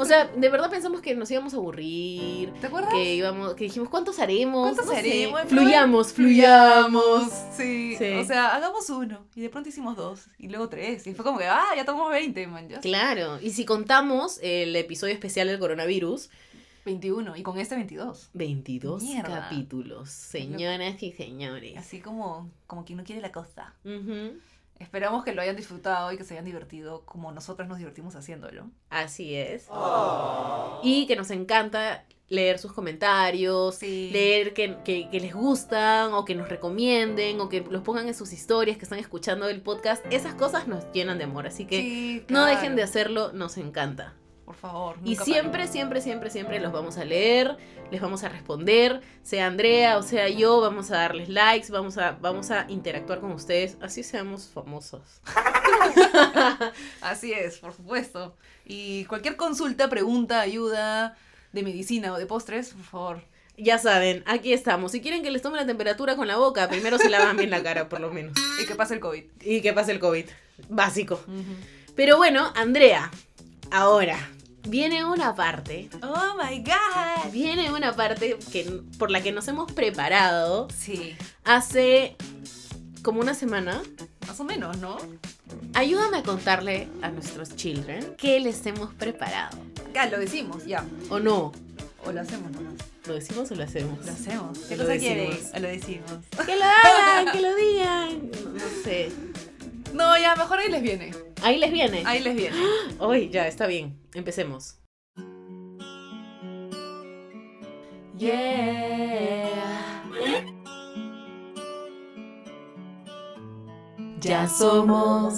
O sea, de verdad pensamos que nos íbamos a aburrir,
¿Te acuerdas?
que íbamos, que dijimos, ¿cuántos haremos?
¿Cuántos
sé.
haremos?
Fluyamos, fluyamos.
Sí.
Sí.
O sea, hagamos uno. Y de pronto hicimos dos. Y luego tres. Y fue como que, ah, ya tomamos 20, man. Ya.
Claro, y si contamos el episodio especial del coronavirus,
21. Y con este 22.
22
Mierda.
capítulos, señoras y señores.
Así como, como quien no quiere la cosa.
Ujú,
Esperamos que lo hayan disfrutado y que se hayan divertido como nosotras nos divertimos haciéndolo.
Así es. Y que nos encanta leer sus comentarios,
Sí.
leer que, que- que les gustan o que nos recomienden o que los pongan en sus historias que están escuchando el podcast. Esas cosas nos llenan de amor, así que
Sí,
no
claro.
dejen de hacerlo, nos encanta.
Por favor.
Y
nunca
siempre, siempre, siempre, siempre los vamos a leer, les vamos a responder, sea Andrea o sea yo, vamos a darles likes, vamos a, vamos a interactuar con ustedes, así seamos famosos.
Así es, por supuesto. Y cualquier consulta, pregunta, ayuda de medicina o de postres, por favor.
Ya saben, aquí estamos. Si quieren que les tome la temperatura con la boca, primero se lavan bien la cara, por lo menos.
Y que pase el COVID.
Y que pase el COVID. Básico. Pero bueno, Andrea, ahora viene una parte,
Oh my god.
viene una parte que, por la que nos hemos preparado
Sí,
hace como una semana.
más o menos, ¿no?
Ayúdame a contarle a nuestros children qué les hemos preparado.
Ya, lo decimos, ya.
¿O no?
O lo hacemos nomás.
¿Lo decimos o lo hacemos?
Lo hacemos.
¿Qué
¿Qué
lo
cosa quiere?
decimos?
O Lo decimos.
¡Que lo hagan! ¡Que lo digan! No, no sé.
No, ya, mejor ahí les viene.
Ahí les viene.
Ahí les viene.
Hoy ya, está bien. Empecemos. Yeah.
Ya somos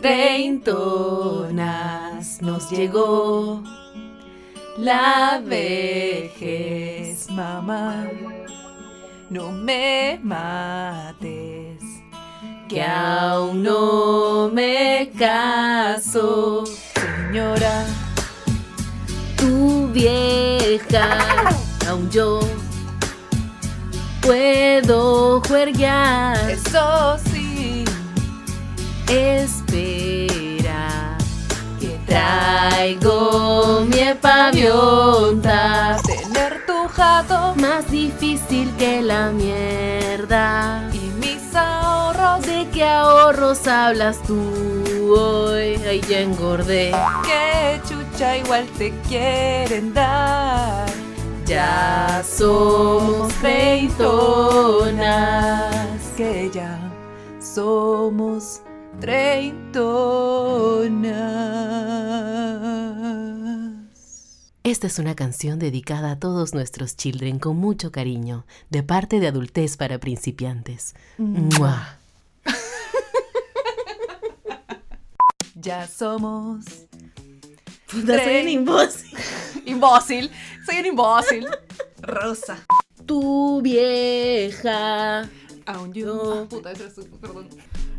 treintonas, nos llegó la vejez, mamá. No me mates, que aún no me caso, señora.
Tu vieja, aún yo puedo juerguear.
Eso sí,
Espera,
que
traigo mi paviota.
tener tu jato
Más difícil que la mierda.
y mis ahorros
¿De qué ahorros hablas tú hoy? Ay, ya engordé.
que chucha igual te quieren dar.
Ya somos treintonas.
que ya somos treintonas.
Esta es una canción dedicada a todos nuestros children con mucho cariño, de parte de Adultez para Principiantes.
Mm.
¡Mua!
Ya somos
Puta, soy un
Tres.
imbécil.
imbócil. Soy un imbócil. Rosa.
Tu vieja.
Aún
No.
yo. Ah, puta, eso es un- perdón.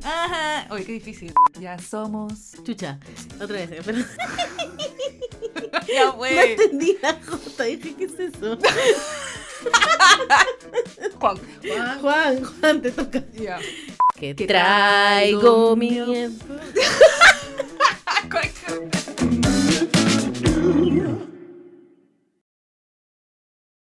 Ajá. Oye, qué difícil. Ya somos.
Chucha, otra vez, eh, pero no
Ya fue.
entendí la jota. Dije, ¿qué es eso?
Juan. Juan.
Juan, Juan, te toca.
Ya.
Que
Que
traigo mi.
traigo